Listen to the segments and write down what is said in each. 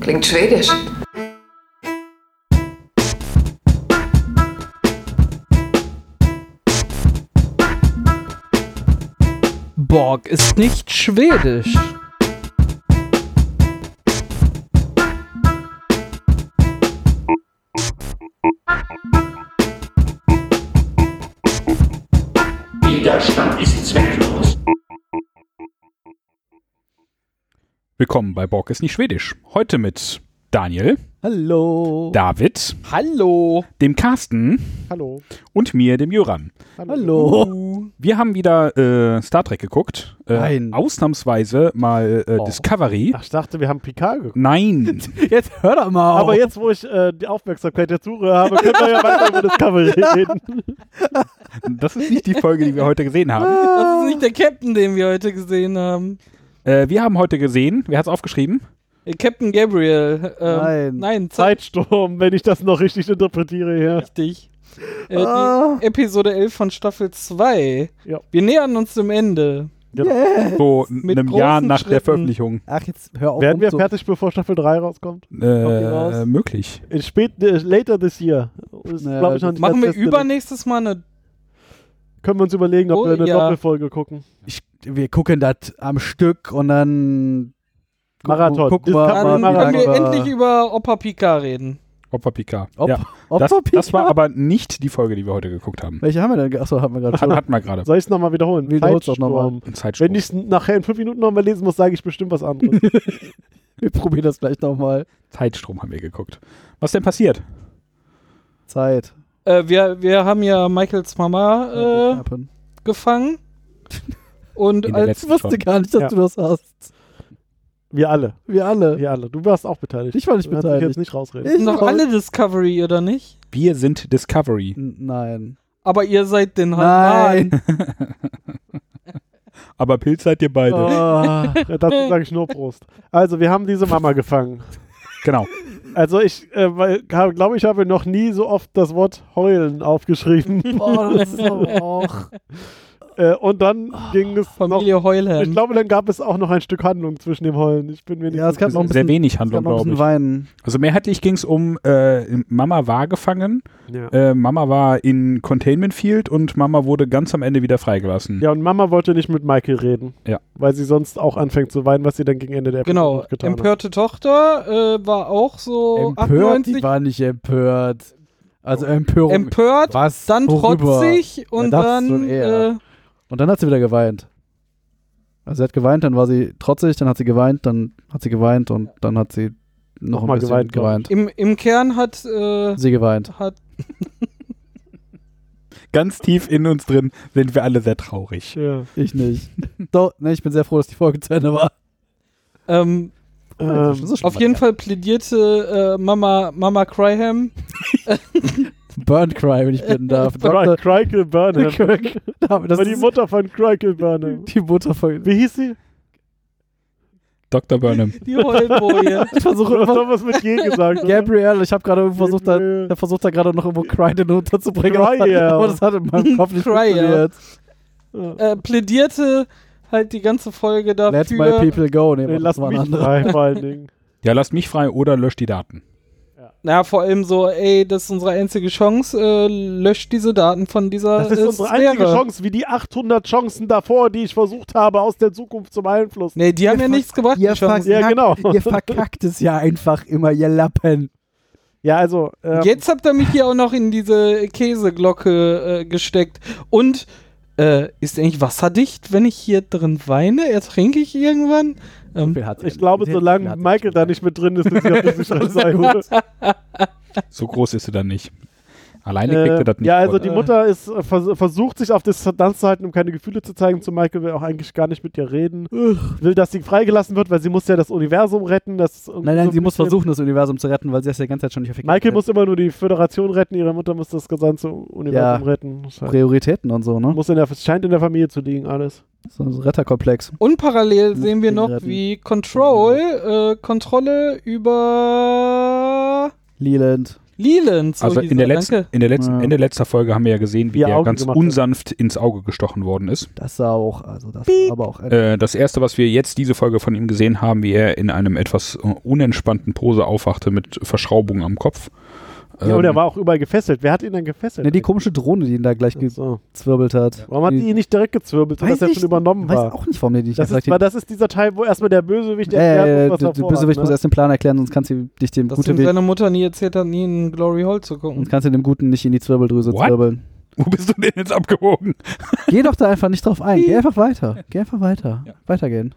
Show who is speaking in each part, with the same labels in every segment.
Speaker 1: Klingt schwedisch.
Speaker 2: Borg ist nicht schwedisch.
Speaker 3: Widerstand ist zwecklos.
Speaker 4: Willkommen bei Borg ist nicht schwedisch. Heute mit Daniel,
Speaker 5: Hallo.
Speaker 4: David,
Speaker 5: Hallo.
Speaker 4: dem Carsten
Speaker 5: Hallo.
Speaker 4: und mir, dem Jöran.
Speaker 5: Hallo.
Speaker 4: Wir haben wieder äh, Star Trek geguckt. Äh,
Speaker 5: Nein.
Speaker 4: Ausnahmsweise mal äh,
Speaker 5: Oh.
Speaker 4: Discovery.
Speaker 5: Ach, ich dachte, wir haben Picard geguckt.
Speaker 4: Nein.
Speaker 2: Jetzt hör doch mal auf.
Speaker 5: Aber jetzt, wo ich äh, die Aufmerksamkeit der Zuhörer habe, können wir ja weiter über Discovery reden.
Speaker 4: Das ist nicht die Folge, die wir heute gesehen haben.
Speaker 2: Ah.
Speaker 6: Das ist nicht der Captain, den wir heute gesehen haben.
Speaker 4: Äh, wir haben heute gesehen, wer hat es aufgeschrieben?
Speaker 6: Äh, Captain Gabriel. Ähm,
Speaker 2: Nein.
Speaker 6: Nein, Zeit
Speaker 5: Zeitsturm, wenn ich das noch richtig interpretiere hier.
Speaker 6: richtig. Äh,
Speaker 2: Ah.
Speaker 6: die Episode 11 von Staffel 2.
Speaker 5: Ja.
Speaker 6: Wir nähern uns dem Ende.
Speaker 4: So
Speaker 6: Mit
Speaker 4: einem Jahr
Speaker 6: großen
Speaker 4: nach der
Speaker 6: Schritten.
Speaker 4: Veröffentlichung.
Speaker 2: Ach, jetzt hör auf.
Speaker 5: Werden wir
Speaker 2: rumzu-
Speaker 5: fertig, bevor Staffel 3 rauskommt?
Speaker 2: ihr
Speaker 4: Äh,
Speaker 2: raus?
Speaker 4: möglich.
Speaker 5: In spät, äh, later this year. Ist,
Speaker 2: Naja,
Speaker 5: glaub ich, noch
Speaker 2: das
Speaker 6: Machen
Speaker 5: nicht
Speaker 6: wir
Speaker 5: ganz festgelegt.
Speaker 6: übernächstes Mal eine.
Speaker 5: Können wir uns überlegen, ob
Speaker 6: Oh,
Speaker 5: wir eine
Speaker 6: ja.
Speaker 5: Doppelfolge gucken.
Speaker 2: Ich, wir gucken das am Stück und dann gucken-
Speaker 5: Marathon.
Speaker 2: gucken wir
Speaker 5: Discovery
Speaker 2: mal,
Speaker 6: Dann
Speaker 2: wie
Speaker 5: Marathon.
Speaker 6: können
Speaker 2: lange
Speaker 6: wir
Speaker 2: wir
Speaker 6: endlich über Opa Pika reden.
Speaker 4: Opfer Picard.
Speaker 2: Op-
Speaker 4: ja.
Speaker 2: Opfer
Speaker 4: das, das war
Speaker 2: Picard?
Speaker 4: aber nicht die Folge, die wir heute geguckt haben.
Speaker 2: Welche haben wir denn? ge- Achso, haben wir gerade
Speaker 4: Hat,
Speaker 2: schon.
Speaker 4: hatten wir gerade.
Speaker 5: Soll ich es nochmal wiederholen?
Speaker 2: Wiederhol's doch noch mal.
Speaker 4: Ein Zeitsprung.
Speaker 5: Wenn ich es nachher in fünf Minuten nochmal lesen muss, sage ich bestimmt was anderes.
Speaker 2: Wir probieren das gleich nochmal.
Speaker 4: Zeitstrom haben wir geguckt. Was denn passiert?
Speaker 2: Zeit.
Speaker 6: Äh, wir, wir haben ja Michaels Mama äh,
Speaker 2: Happen.
Speaker 6: gefangen. Und
Speaker 4: In
Speaker 6: als,
Speaker 4: der
Speaker 2: ich
Speaker 4: letzten
Speaker 2: wusste
Speaker 4: Folge.
Speaker 2: gar nicht, dass
Speaker 5: Ja.
Speaker 2: du das hast.
Speaker 5: wir alle.
Speaker 2: Wir alle.
Speaker 5: Wir alle. Du warst auch beteiligt.
Speaker 2: Ich war nicht
Speaker 5: Du kannst dich
Speaker 2: beteiligt.
Speaker 5: jetzt nicht rausreden.
Speaker 2: Ich
Speaker 6: noch
Speaker 2: war-
Speaker 6: alle Discovery, oder nicht?
Speaker 4: Wir sind Discovery.
Speaker 2: N- Nein.
Speaker 6: Aber ihr seid den Ah,
Speaker 2: Nein.
Speaker 4: Aber Pilz seid ihr beide.
Speaker 2: Ah.
Speaker 5: Ja, Dazu sage ich nur Prost. Also, wir haben diese Mama gefangen.
Speaker 4: Genau.
Speaker 5: Also, ich äh, weil- hab- glaube, ich habe noch nie so oft das Wort heulen aufgeschrieben.
Speaker 2: Boah, das ist aber auch.
Speaker 5: äh, und dann
Speaker 2: Ah,
Speaker 5: ging es noch.
Speaker 6: Familie
Speaker 5: Ich
Speaker 6: Heulherrn.
Speaker 5: glaube, dann gab es auch noch ein Stück Handlung zwischen dem Heulen. Ich bin mir nicht
Speaker 2: Ja, es
Speaker 5: sicher.
Speaker 2: gab noch ein
Speaker 4: Sehr
Speaker 2: bisschen,
Speaker 4: wenig
Speaker 2: es gab
Speaker 4: Handlung,
Speaker 2: noch ein
Speaker 4: glaube
Speaker 2: bisschen
Speaker 4: ich.
Speaker 2: Weinen.
Speaker 4: Also mehrheitlich ging es um, äh, Mama war gefangen,
Speaker 5: ja.
Speaker 4: äh, Mama war in Containment Field und Mama wurde ganz am Ende wieder freigelassen.
Speaker 5: ja, und Mama wollte nicht mit Michael reden.
Speaker 4: Ja.
Speaker 5: Weil sie sonst auch anfängt zu weinen, was sie dann gegen Ende der
Speaker 6: Genau,
Speaker 5: Episode getan hat.
Speaker 6: empörte Tochter äh, war auch so
Speaker 2: Oh, Empört? Die
Speaker 6: 98,
Speaker 2: war nicht empört. Also Empörung.
Speaker 6: empört,
Speaker 2: Was?
Speaker 6: dann
Speaker 2: Worüber?
Speaker 6: trotzig und
Speaker 2: das
Speaker 6: dann
Speaker 2: schon eher.
Speaker 6: äh,
Speaker 2: Und dann hat sie wieder geweint. Also sie hat geweint, dann war sie trotzig, dann hat sie geweint, dann hat sie geweint und dann hat sie noch
Speaker 5: Nochmal
Speaker 2: ein bisschen
Speaker 5: geweint,
Speaker 2: geweint.
Speaker 5: glaub
Speaker 2: geweint.
Speaker 6: im, im Kern hat, äh,
Speaker 2: Sie geweint.
Speaker 6: hat
Speaker 4: Ganz tief in uns drin sind wir alle sehr traurig.
Speaker 5: Ja.
Speaker 2: Ich nicht. Doch, ne, ich bin sehr froh, dass die Folge zu Ende war.
Speaker 6: ähm,
Speaker 2: Das
Speaker 5: Ähm,
Speaker 2: ist schon
Speaker 6: auf
Speaker 2: mal
Speaker 6: jeden
Speaker 2: geil.
Speaker 6: Fall plädierte äh, Mama, Mama Cryham,
Speaker 2: Burn Cry, wenn ich bitten darf.
Speaker 5: Cry-
Speaker 2: Dr.
Speaker 5: Crichel Burnham.
Speaker 2: Damit, das
Speaker 5: war die
Speaker 2: ist
Speaker 5: Mutter von Crichel Burnham.
Speaker 2: die Mutter von.
Speaker 5: Wie hieß sie?
Speaker 4: Dr. Burnham.
Speaker 6: die Heulboje.
Speaker 2: Ich versuche
Speaker 5: Du hast
Speaker 2: immer.
Speaker 5: doch was mit G gesagt. oder?
Speaker 2: Gabrielle, ich habe gerade irgendwo versucht, da,
Speaker 5: Gabrielle.
Speaker 2: ich hab versucht, da gerade noch irgendwo Cry den unterzubringen.
Speaker 5: Cry, ja.
Speaker 2: Aber das hat in meinem Kopf nicht
Speaker 6: Cry, ja.
Speaker 2: funktioniert.
Speaker 5: Ja.
Speaker 6: äh, plädierte halt die ganze Folge
Speaker 2: Let my
Speaker 6: dafür.
Speaker 2: people go. Nee,
Speaker 5: Nee,
Speaker 2: warte,
Speaker 5: lass
Speaker 2: das war ein
Speaker 5: mich
Speaker 2: anderer.
Speaker 5: frei, vor allen Dingen.
Speaker 4: Ja, lasst mich frei oder löscht die Daten.
Speaker 6: Na, vor allem so, ey, das ist unsere einzige Chance, äh, löscht diese Daten von dieser
Speaker 5: Das ist
Speaker 2: Also
Speaker 6: äh,
Speaker 5: unsere einzige
Speaker 6: Sphäre.
Speaker 5: Chance, wie die 800 Chancen davor, die ich versucht habe, aus der Zukunft zu beeinflussen.
Speaker 6: Nee, die haben
Speaker 2: Ihr
Speaker 6: ja
Speaker 2: ver-
Speaker 6: nichts gebracht, die
Speaker 2: Ihr
Speaker 6: Chancen.
Speaker 2: verkackt, ja,
Speaker 5: genau.
Speaker 2: genau. ihr verkackt es ja einfach immer, ihr Lappen.
Speaker 5: Ja, also, ähm,
Speaker 6: Jetzt habt ihr mich hier auch noch in diese Käseglocke äh, gesteckt. Und äh, ist eigentlich wasserdicht, wenn ich hier drin weine? Ertrinke ich irgendwann? Ähm,
Speaker 5: ich glaube, solange Michael da nicht mit drin ist, ist sie auf der sicheren Seite.
Speaker 4: So groß ist sie dann nicht. Alleine kriegt
Speaker 5: Äh,
Speaker 4: ihr das nicht.
Speaker 5: ja, also
Speaker 4: vor.
Speaker 5: die Mutter ist, äh, vers versucht sich auf Distanz zu halten, um keine Gefühle zu zeigen zu Michael, will auch eigentlich gar nicht mit ihr reden. Will, dass sie freigelassen wird, weil sie muss ja das Universum retten. Das ist irgendwie
Speaker 2: Nein,
Speaker 5: so
Speaker 2: nein,
Speaker 5: ein
Speaker 2: sie muss
Speaker 5: bisschen-
Speaker 2: versuchen, das Universum zu retten, weil sie das ja die ganze Zeit schon nicht verfickt
Speaker 5: Michael
Speaker 2: hat.
Speaker 5: muss immer nur die Föderation retten, ihre Mutter muss das gesamte Universum
Speaker 2: Ja.
Speaker 5: retten. Das heißt,
Speaker 2: Prioritäten und so, ne?
Speaker 5: Muss in der, scheint in der Familie zu liegen, alles.
Speaker 2: So ein Retterkomplex.
Speaker 6: und parallel
Speaker 2: Muss
Speaker 6: sehen wir
Speaker 2: den Mhm.
Speaker 6: noch,
Speaker 2: retten.
Speaker 6: wie Control äh, Kontrolle über
Speaker 2: Leland.
Speaker 6: Leland. So
Speaker 4: Also
Speaker 6: hieß
Speaker 4: in der,
Speaker 6: er,
Speaker 4: letzten,
Speaker 6: danke.
Speaker 4: in der letzten,
Speaker 2: Ja.
Speaker 4: Ende letzter Folge haben wir ja gesehen, wie
Speaker 5: Wie er
Speaker 4: der
Speaker 5: Augen
Speaker 4: ganz
Speaker 5: gemacht hat.
Speaker 4: unsanft ins Auge gestochen worden ist.
Speaker 2: Das sah auch, also das war aber auch.
Speaker 4: Äh, das erste, was wir jetzt diese Folge von ihm gesehen haben, wie er in einem etwas äh, unentspannten Pose aufwachte mit Verschraubungen am Kopf.
Speaker 5: Ja, und er
Speaker 4: Ähm,
Speaker 5: war auch überall gefesselt. Wer hat ihn denn gefesselt?
Speaker 2: ne, die komische Drohne, die ihn da gleich
Speaker 5: Äh, so.
Speaker 2: gezwirbelt hat.
Speaker 5: Warum hat die ihn nicht direkt gezwirbelt, sodass er schon übernommen
Speaker 2: weiß
Speaker 5: war?
Speaker 2: auch nicht, warum der die nicht
Speaker 5: Das ist,
Speaker 2: gesagt
Speaker 5: weil
Speaker 2: hat.
Speaker 5: das ist dieser Teil, wo erstmal der Bösewicht
Speaker 2: Äh,
Speaker 5: erklärt,
Speaker 2: äh,
Speaker 5: muss,
Speaker 2: der
Speaker 5: was
Speaker 2: der
Speaker 5: davor
Speaker 2: Bösewicht
Speaker 5: hat,
Speaker 2: muss
Speaker 5: ne?
Speaker 2: erst den Plan erklären, sonst kannst du dich dem
Speaker 6: Dass
Speaker 2: guten
Speaker 6: ihm
Speaker 2: Weg,
Speaker 6: seine Mutter nie erzählt hat, nie in Glory Hall zu gucken.
Speaker 2: sonst kannst du dem Guten nicht in die Zwirbeldrüse
Speaker 4: What?
Speaker 2: zwirbeln.
Speaker 4: Wo bist du denn jetzt abgewogen?
Speaker 2: Geh doch da einfach nicht drauf ein. Geh einfach weiter. Geh einfach weiter. Weitergehen.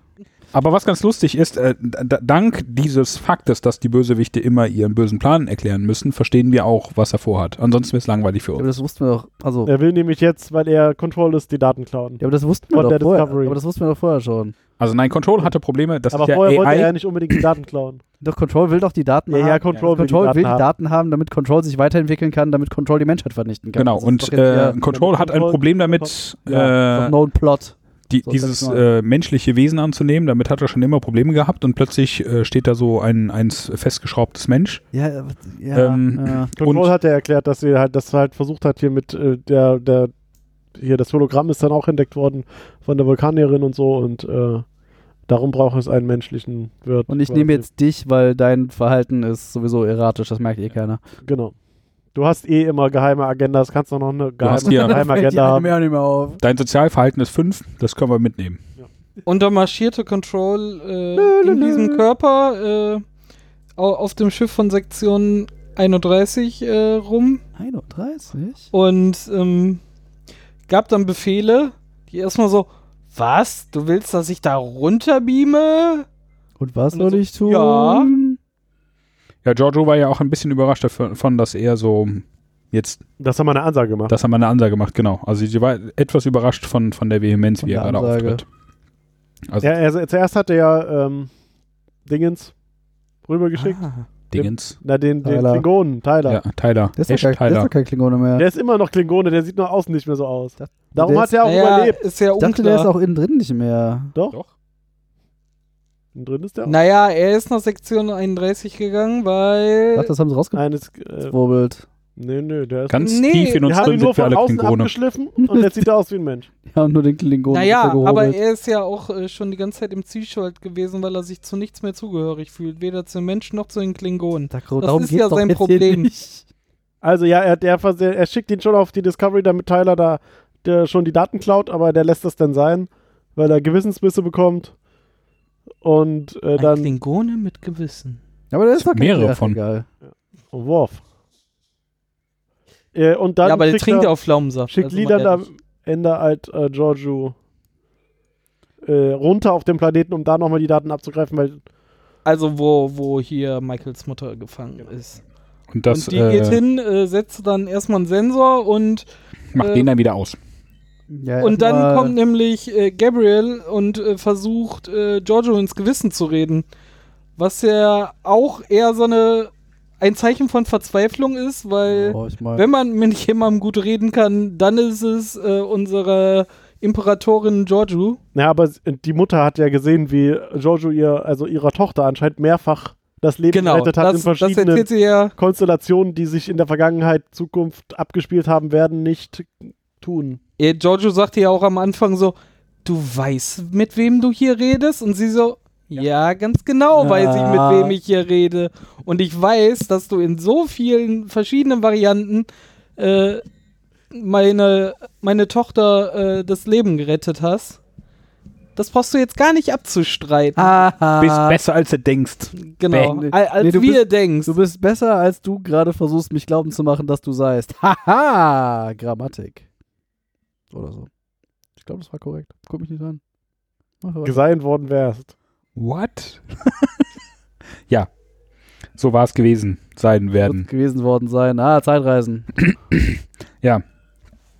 Speaker 4: Aber was ganz lustig ist, äh, d- d- dank dieses Faktes, dass die Bösewichte immer ihren bösen Plan erklären müssen, verstehen wir auch, was er vorhat. Ansonsten wäre es langweilig für
Speaker 2: Aber
Speaker 4: uns.
Speaker 2: das wussten wir doch. Also, ja,
Speaker 5: Er will nämlich jetzt, weil er Control ist, die Daten klauen.
Speaker 2: aber das wussten wir
Speaker 5: Von
Speaker 2: doch
Speaker 5: der
Speaker 2: vorher.
Speaker 5: Discovery.
Speaker 2: Aber das wussten wir doch vorher schon.
Speaker 4: Also nein, Control hatte Probleme, das
Speaker 5: Aber
Speaker 4: ist ja
Speaker 5: vorher wollte
Speaker 4: AI.
Speaker 5: er nicht unbedingt die Daten klauen.
Speaker 2: Doch Control will doch die Daten
Speaker 5: Ja,
Speaker 2: haben.
Speaker 5: ja, Control, will die
Speaker 2: Control
Speaker 5: Daten
Speaker 2: will die
Speaker 5: haben.
Speaker 2: Daten haben, damit Control sich weiterentwickeln kann, damit Control die Menschheit vernichten kann.
Speaker 4: Genau,
Speaker 2: Das ist
Speaker 4: und äh,
Speaker 2: doch jetzt eher-
Speaker 4: Control hat ein
Speaker 5: Control-
Speaker 4: Problem damit,
Speaker 2: ja, ist
Speaker 4: äh,
Speaker 2: doch known plot.
Speaker 4: die,
Speaker 2: So,
Speaker 4: dieses
Speaker 2: das ist neu.
Speaker 4: äh, menschliche Wesen anzunehmen. Damit hat er schon immer Probleme gehabt und plötzlich äh, steht da so ein, ein festgeschraubtes Mensch.
Speaker 2: Ja, äh, ja,
Speaker 4: Ähm,
Speaker 2: ja.
Speaker 5: Control
Speaker 4: Und-
Speaker 5: hat er erklärt, dass er halt, dass er halt versucht hat, hier mit äh, der, der, hier das Hologramm ist dann auch entdeckt worden von der Vulkanierin und so und äh, darum braucht es einen menschlichen Wirt.
Speaker 2: Und ich
Speaker 5: quasi.
Speaker 2: nehme jetzt dich, weil dein Verhalten ist sowieso erratisch, das merkt eh keiner.
Speaker 5: Genau. Du hast eh immer geheime Agendas, kannst doch noch eine
Speaker 4: hast
Speaker 5: geheime,
Speaker 4: hier-
Speaker 5: geheime Agenda haben.
Speaker 2: mehr nicht mehr auf.
Speaker 4: Dein Sozialverhalten ist fünf, das können wir mitnehmen.
Speaker 2: Mhm.
Speaker 6: Und da marschierte Control äh, in diesem Körper äh, au- auf dem Schiff von Sektion 31 äh, rum
Speaker 2: 31?
Speaker 6: und ähm, gab dann Befehle, die erstmal so, was? Du willst, dass ich da runterbeame?
Speaker 2: Und was
Speaker 6: Und
Speaker 2: soll
Speaker 6: so-
Speaker 2: ich tun?
Speaker 6: Ja.
Speaker 4: Ja, Giorgio war ja auch ein bisschen überrascht davon, dass er so jetzt,
Speaker 5: Das haben wir eine Ansage gemacht.
Speaker 4: das haben wir eine Ansage gemacht, genau. Also sie war etwas überrascht von, von der Vehemenz,
Speaker 2: Von
Speaker 4: wie er
Speaker 2: der
Speaker 4: gerade
Speaker 2: Ansage.
Speaker 4: auftritt. Also
Speaker 5: Ja, er, zuerst hat er ja ähm, Dingens rübergeschickt.
Speaker 6: Ah.
Speaker 4: Dingens.
Speaker 5: Na, den, den
Speaker 2: Tyler.
Speaker 5: Klingonen, Tyler.
Speaker 4: Ja, Tyler.
Speaker 2: Der ist, doch
Speaker 4: Hash
Speaker 2: kein, der ist
Speaker 4: Tyler.
Speaker 2: doch kein Klingone mehr.
Speaker 5: Der ist immer noch Klingone, der sieht nur außen nicht mehr so aus.
Speaker 2: Das-
Speaker 5: Darum
Speaker 2: der
Speaker 5: hat er auch
Speaker 6: Naja,
Speaker 5: überlebt.
Speaker 6: ist ja
Speaker 2: ich dachte, der ist
Speaker 6: unklar.
Speaker 2: auch innen drin nicht mehr.
Speaker 4: Doch.
Speaker 5: Drin ist der auch.
Speaker 6: Naja, er ist nach Sektion 31 gegangen,
Speaker 2: Ich
Speaker 6: weil
Speaker 2: dachte, das haben sie
Speaker 5: Nein, das, äh,
Speaker 2: rausgeschwurbelt.
Speaker 5: nee, nee, der ist.
Speaker 4: Ganz
Speaker 6: Nee,
Speaker 4: tief in
Speaker 5: Wir
Speaker 4: uns
Speaker 5: haben
Speaker 4: drin
Speaker 5: ihn nur
Speaker 4: sind
Speaker 5: von
Speaker 4: wir alle
Speaker 5: außen
Speaker 4: Klingone.
Speaker 5: abgeschliffen und jetzt sieht er aus wie ein Mensch.
Speaker 2: Die haben nur den Klingonen
Speaker 6: Naja,
Speaker 2: runtergehobelt.
Speaker 6: aber er ist ja auch äh, schon die ganze Zeit im Zwiespalt gewesen, weil er sich zu nichts mehr zugehörig fühlt. Weder zu den Menschen noch zu den Klingonen.
Speaker 2: Da-
Speaker 6: das
Speaker 2: darum
Speaker 6: ist
Speaker 2: geht's
Speaker 6: ja
Speaker 2: doch
Speaker 6: sein
Speaker 2: jetzt hier
Speaker 6: Problem.
Speaker 2: nicht.
Speaker 5: Also ja, er, der, vers- er schickt ihn schon auf die Discovery, damit Tyler da der schon die Daten klaut, aber der lässt das dann sein, weil er Gewissensbisse bekommt. Und äh,
Speaker 6: Ein
Speaker 5: dann.
Speaker 6: Klingone mit Gewissen.
Speaker 2: Aber der ist doch kein
Speaker 4: Mehrere
Speaker 2: ja,
Speaker 4: von.
Speaker 2: Egal.
Speaker 5: Oh, Worf. Äh, und dann
Speaker 6: ja, aber der
Speaker 5: schickt
Speaker 6: trinkt
Speaker 5: er-
Speaker 6: ja auch Pflaumensaft.
Speaker 5: schickt
Speaker 6: also
Speaker 5: Lee dann
Speaker 6: mal
Speaker 5: am
Speaker 6: ehrlich.
Speaker 5: Ende halt äh, Giorgio äh, runter auf den Planeten, um da nochmal die Daten abzugreifen, weil
Speaker 6: Also wo, wo hier Michaels Mutter gefangen
Speaker 5: Genau.
Speaker 6: ist.
Speaker 4: Und das
Speaker 6: und die geht
Speaker 4: äh,
Speaker 6: hin, äh, setzt dann erstmal einen Sensor und,
Speaker 4: macht
Speaker 6: äh,
Speaker 4: den dann wieder aus.
Speaker 2: Ja,
Speaker 6: und dann
Speaker 2: erstmal-
Speaker 6: kommt nämlich äh, Gabriel und äh, versucht, äh, Giorgio ins Gewissen zu reden. Was ja auch eher so eine ein Zeichen von Verzweiflung ist, weil
Speaker 2: Oh, ich mein,
Speaker 6: Wenn man mit jemandem gut reden kann, dann ist es äh, unsere Imperatorin Giorgio.
Speaker 5: ja, aber s- die Mutter hat ja gesehen, wie Giorgio ihr, also ihrer Tochter anscheinend mehrfach das Leben
Speaker 4: Genau,
Speaker 5: gerettet hat in
Speaker 6: Genau, das, das
Speaker 5: verschiedenen
Speaker 6: erzählt sie ja.
Speaker 5: Konstellationen, die sich in der Vergangenheit, Zukunft abgespielt haben, werden nicht tun.
Speaker 6: Äh, Giorgio sagte ja auch am Anfang so, du weißt, mit wem du hier redest? Und sie so, ja, ganz genau weiß ich,
Speaker 2: Ja.
Speaker 6: mit wem ich hier rede. Und ich weiß, dass du in so vielen verschiedenen Varianten äh, meine, meine Tochter äh, das Leben gerettet hast. Das brauchst du jetzt gar nicht abzustreiten.
Speaker 2: Ah,
Speaker 4: Bist besser, als du denkst.
Speaker 6: genau.
Speaker 2: bang.
Speaker 6: Al- Als
Speaker 2: Nee, du
Speaker 6: wir
Speaker 2: bist-
Speaker 6: denkst.
Speaker 2: Du bist besser, als du gerade versuchst, mich glauben zu machen, dass du seist. Haha, Grammatik. Oder so. Ich glaube, das war korrekt. Guck mich nicht an. Mach aber.
Speaker 5: Gesein worden wärst.
Speaker 4: What? ja. So war es gewesen, sein
Speaker 2: Wird
Speaker 4: werden.
Speaker 2: gewesen worden sein. Ah, Zeitreisen.
Speaker 4: Ja.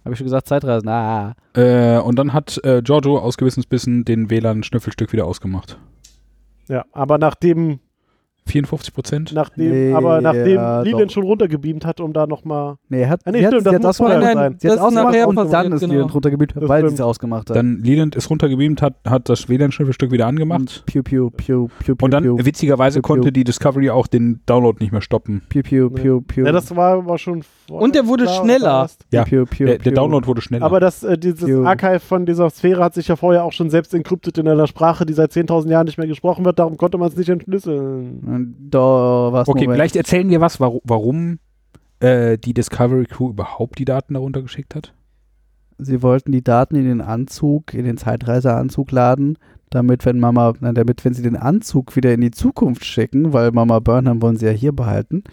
Speaker 2: Habe ich schon gesagt, Zeitreisen. Ah.
Speaker 4: Äh, und dann hat äh, Giorgio aus Gewissensbissen den WLAN-Schnüffelstück wieder ausgemacht.
Speaker 5: Ja, aber nachdem
Speaker 4: 54 Prozent?
Speaker 5: Nachdem,
Speaker 2: Nee,
Speaker 5: aber nachdem
Speaker 2: ja,
Speaker 5: Leland
Speaker 2: doch.
Speaker 5: schon runtergebeamt hat, um da nochmal.
Speaker 2: Nee, er hat,
Speaker 5: Ah, nee,
Speaker 2: sie
Speaker 5: stimmt, das
Speaker 2: hat, sie hat
Speaker 5: muss
Speaker 2: das vorher
Speaker 5: vorher
Speaker 2: nein,
Speaker 5: sein.
Speaker 2: nein, sie hat
Speaker 6: das ist
Speaker 2: ausgemacht
Speaker 6: nachher
Speaker 2: und
Speaker 6: passiert,
Speaker 2: dann ist
Speaker 6: genau.
Speaker 2: Leland runtergebeamt,
Speaker 5: Das
Speaker 2: weil sie
Speaker 5: stimmt.
Speaker 2: es ausgemacht hat.
Speaker 4: Dann Leland ist runtergebeamt, hat, hat das WLAN-Schnüffelstück wieder angemacht.
Speaker 2: Und Piu, piu, piu, piu, piu,
Speaker 4: Und dann,
Speaker 2: piu,
Speaker 4: witzigerweise,
Speaker 2: Piu, piu.
Speaker 4: konnte die Discovery auch den Download nicht mehr stoppen.
Speaker 2: piu, piu, piu, piu,
Speaker 5: Ja, das war, war schon. vorher
Speaker 6: Und der wurde
Speaker 5: klar,
Speaker 6: schneller.
Speaker 5: oder was?
Speaker 4: Ja,
Speaker 2: piu, piu,
Speaker 4: der, der
Speaker 2: piu.
Speaker 4: Download wurde schneller.
Speaker 5: Aber das, äh, dieses
Speaker 2: Jo.
Speaker 5: Archive von dieser Sphäre hat sich ja vorher auch schon selbst encrypted in einer Sprache, die seit 10.000 Jahren nicht mehr gesprochen wird. Darum konnte man es nicht entschlüsseln.
Speaker 2: Und Da war's
Speaker 4: okay,
Speaker 2: Moment.
Speaker 4: vielleicht erzählen wir was, warum, warum äh, die Discovery Crew überhaupt die Daten darunter geschickt hat.
Speaker 2: Sie wollten die Daten in den Anzug, in den Zeitreiseanzug laden, damit wenn Mama, nein, damit wenn sie den Anzug wieder in die Zukunft schicken, weil Mama Burnham wollen sie ja hier behalten,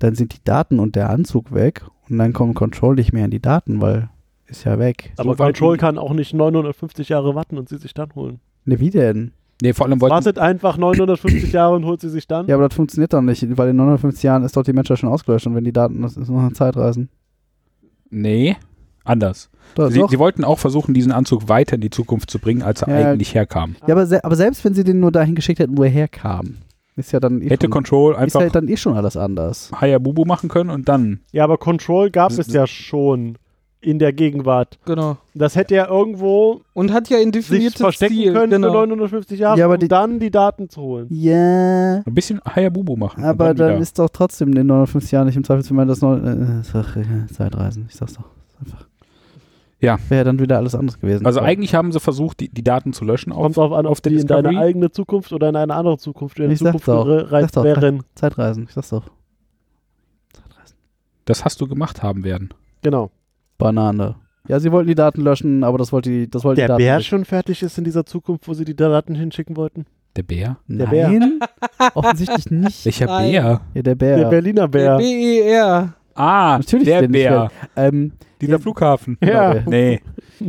Speaker 2: dann sind die Daten und der Anzug weg und dann kommt Control nicht mehr an die Daten, weil ist ja weg.
Speaker 5: Aber
Speaker 4: wollten
Speaker 5: Control
Speaker 4: die-
Speaker 5: kann auch nicht 950 Jahre warten und sie sich dann holen.
Speaker 2: Ne, wie denn?
Speaker 4: Nee, vor allem wollten,
Speaker 5: Wartet einfach 950 Jahre und holt sie sich dann.
Speaker 2: Ja, aber das funktioniert doch nicht, weil in 950 Jahren ist doch die Menschheit schon ausgelöscht und wenn die Daten, das ist noch ein Zeitreisen.
Speaker 4: Nee, anders.
Speaker 2: Doch,
Speaker 4: Sie,
Speaker 2: doch.
Speaker 4: sie wollten auch versuchen, diesen Anzug weiter in die Zukunft zu bringen, als er
Speaker 2: Ja.
Speaker 4: eigentlich herkam.
Speaker 2: Ja, aber, se aber selbst wenn sie den nur dahin geschickt hätten, wo er herkam, ist ja dann eh
Speaker 4: Hätte
Speaker 2: schon,
Speaker 4: Control
Speaker 2: ist ja
Speaker 4: einfach
Speaker 2: dann eh schon alles anders.
Speaker 4: Hayabubu machen können und dann.
Speaker 5: Ja, aber Control gab
Speaker 4: Das-
Speaker 6: Mhm.
Speaker 5: es
Speaker 4: das-
Speaker 5: ja schon in der Gegenwart.
Speaker 6: Genau.
Speaker 5: Das hätte ja irgendwo
Speaker 6: Und hat ja ein
Speaker 5: sich
Speaker 6: definiertes
Speaker 5: verstecken
Speaker 6: Ziel.
Speaker 5: können für
Speaker 6: genau.
Speaker 5: 950 Jahre,
Speaker 2: Ja, aber
Speaker 5: um
Speaker 2: die-
Speaker 5: dann die Daten zu holen.
Speaker 2: Ja.
Speaker 4: Ein bisschen Hayabubu machen. und
Speaker 2: Aber
Speaker 4: wieder.
Speaker 2: dann ist doch trotzdem in 59 Jahren nicht im Zweifel, wenn man das neu. Äh, ist doch, äh, Zeitreisen, ich sag's doch. Ist Einfach.
Speaker 4: Ja.
Speaker 2: Wäre dann wieder alles anders gewesen.
Speaker 4: Also
Speaker 2: So.
Speaker 4: eigentlich haben sie versucht, die, die Daten zu löschen. Auf,
Speaker 5: Kommt drauf an,
Speaker 4: auf
Speaker 5: ob
Speaker 4: der
Speaker 5: die in deine
Speaker 4: Discovery.
Speaker 5: eigene Zukunft oder in eine andere Zukunft in die
Speaker 2: Ich sag's
Speaker 5: Zukunft
Speaker 2: doch. Sag's
Speaker 5: gereizt
Speaker 2: doch.
Speaker 5: wären.
Speaker 2: Zeitreisen, ich sag's doch. Zeitreisen.
Speaker 4: das hast du gemacht haben werden.
Speaker 5: Genau.
Speaker 2: Banane. Ja, sie wollten die Daten löschen, aber das wollte die, das wollte die
Speaker 5: Der
Speaker 2: Daten
Speaker 5: Bär
Speaker 2: nicht.
Speaker 5: schon fertig ist in dieser Zukunft, wo sie die Daten hinschicken wollten?
Speaker 4: Der Bär?
Speaker 5: der Bär.
Speaker 2: Nein, offensichtlich nicht.
Speaker 4: Welcher
Speaker 6: Nein.
Speaker 4: Bär?
Speaker 2: Ja, der Bär.
Speaker 5: Der Berliner Bär.
Speaker 6: E BER.
Speaker 4: Ah,
Speaker 2: Natürlich
Speaker 4: der
Speaker 2: den nicht
Speaker 4: Bär.
Speaker 2: ähm,
Speaker 4: Dieser Flughafen.
Speaker 5: Ja.
Speaker 2: Genau,
Speaker 4: Nee.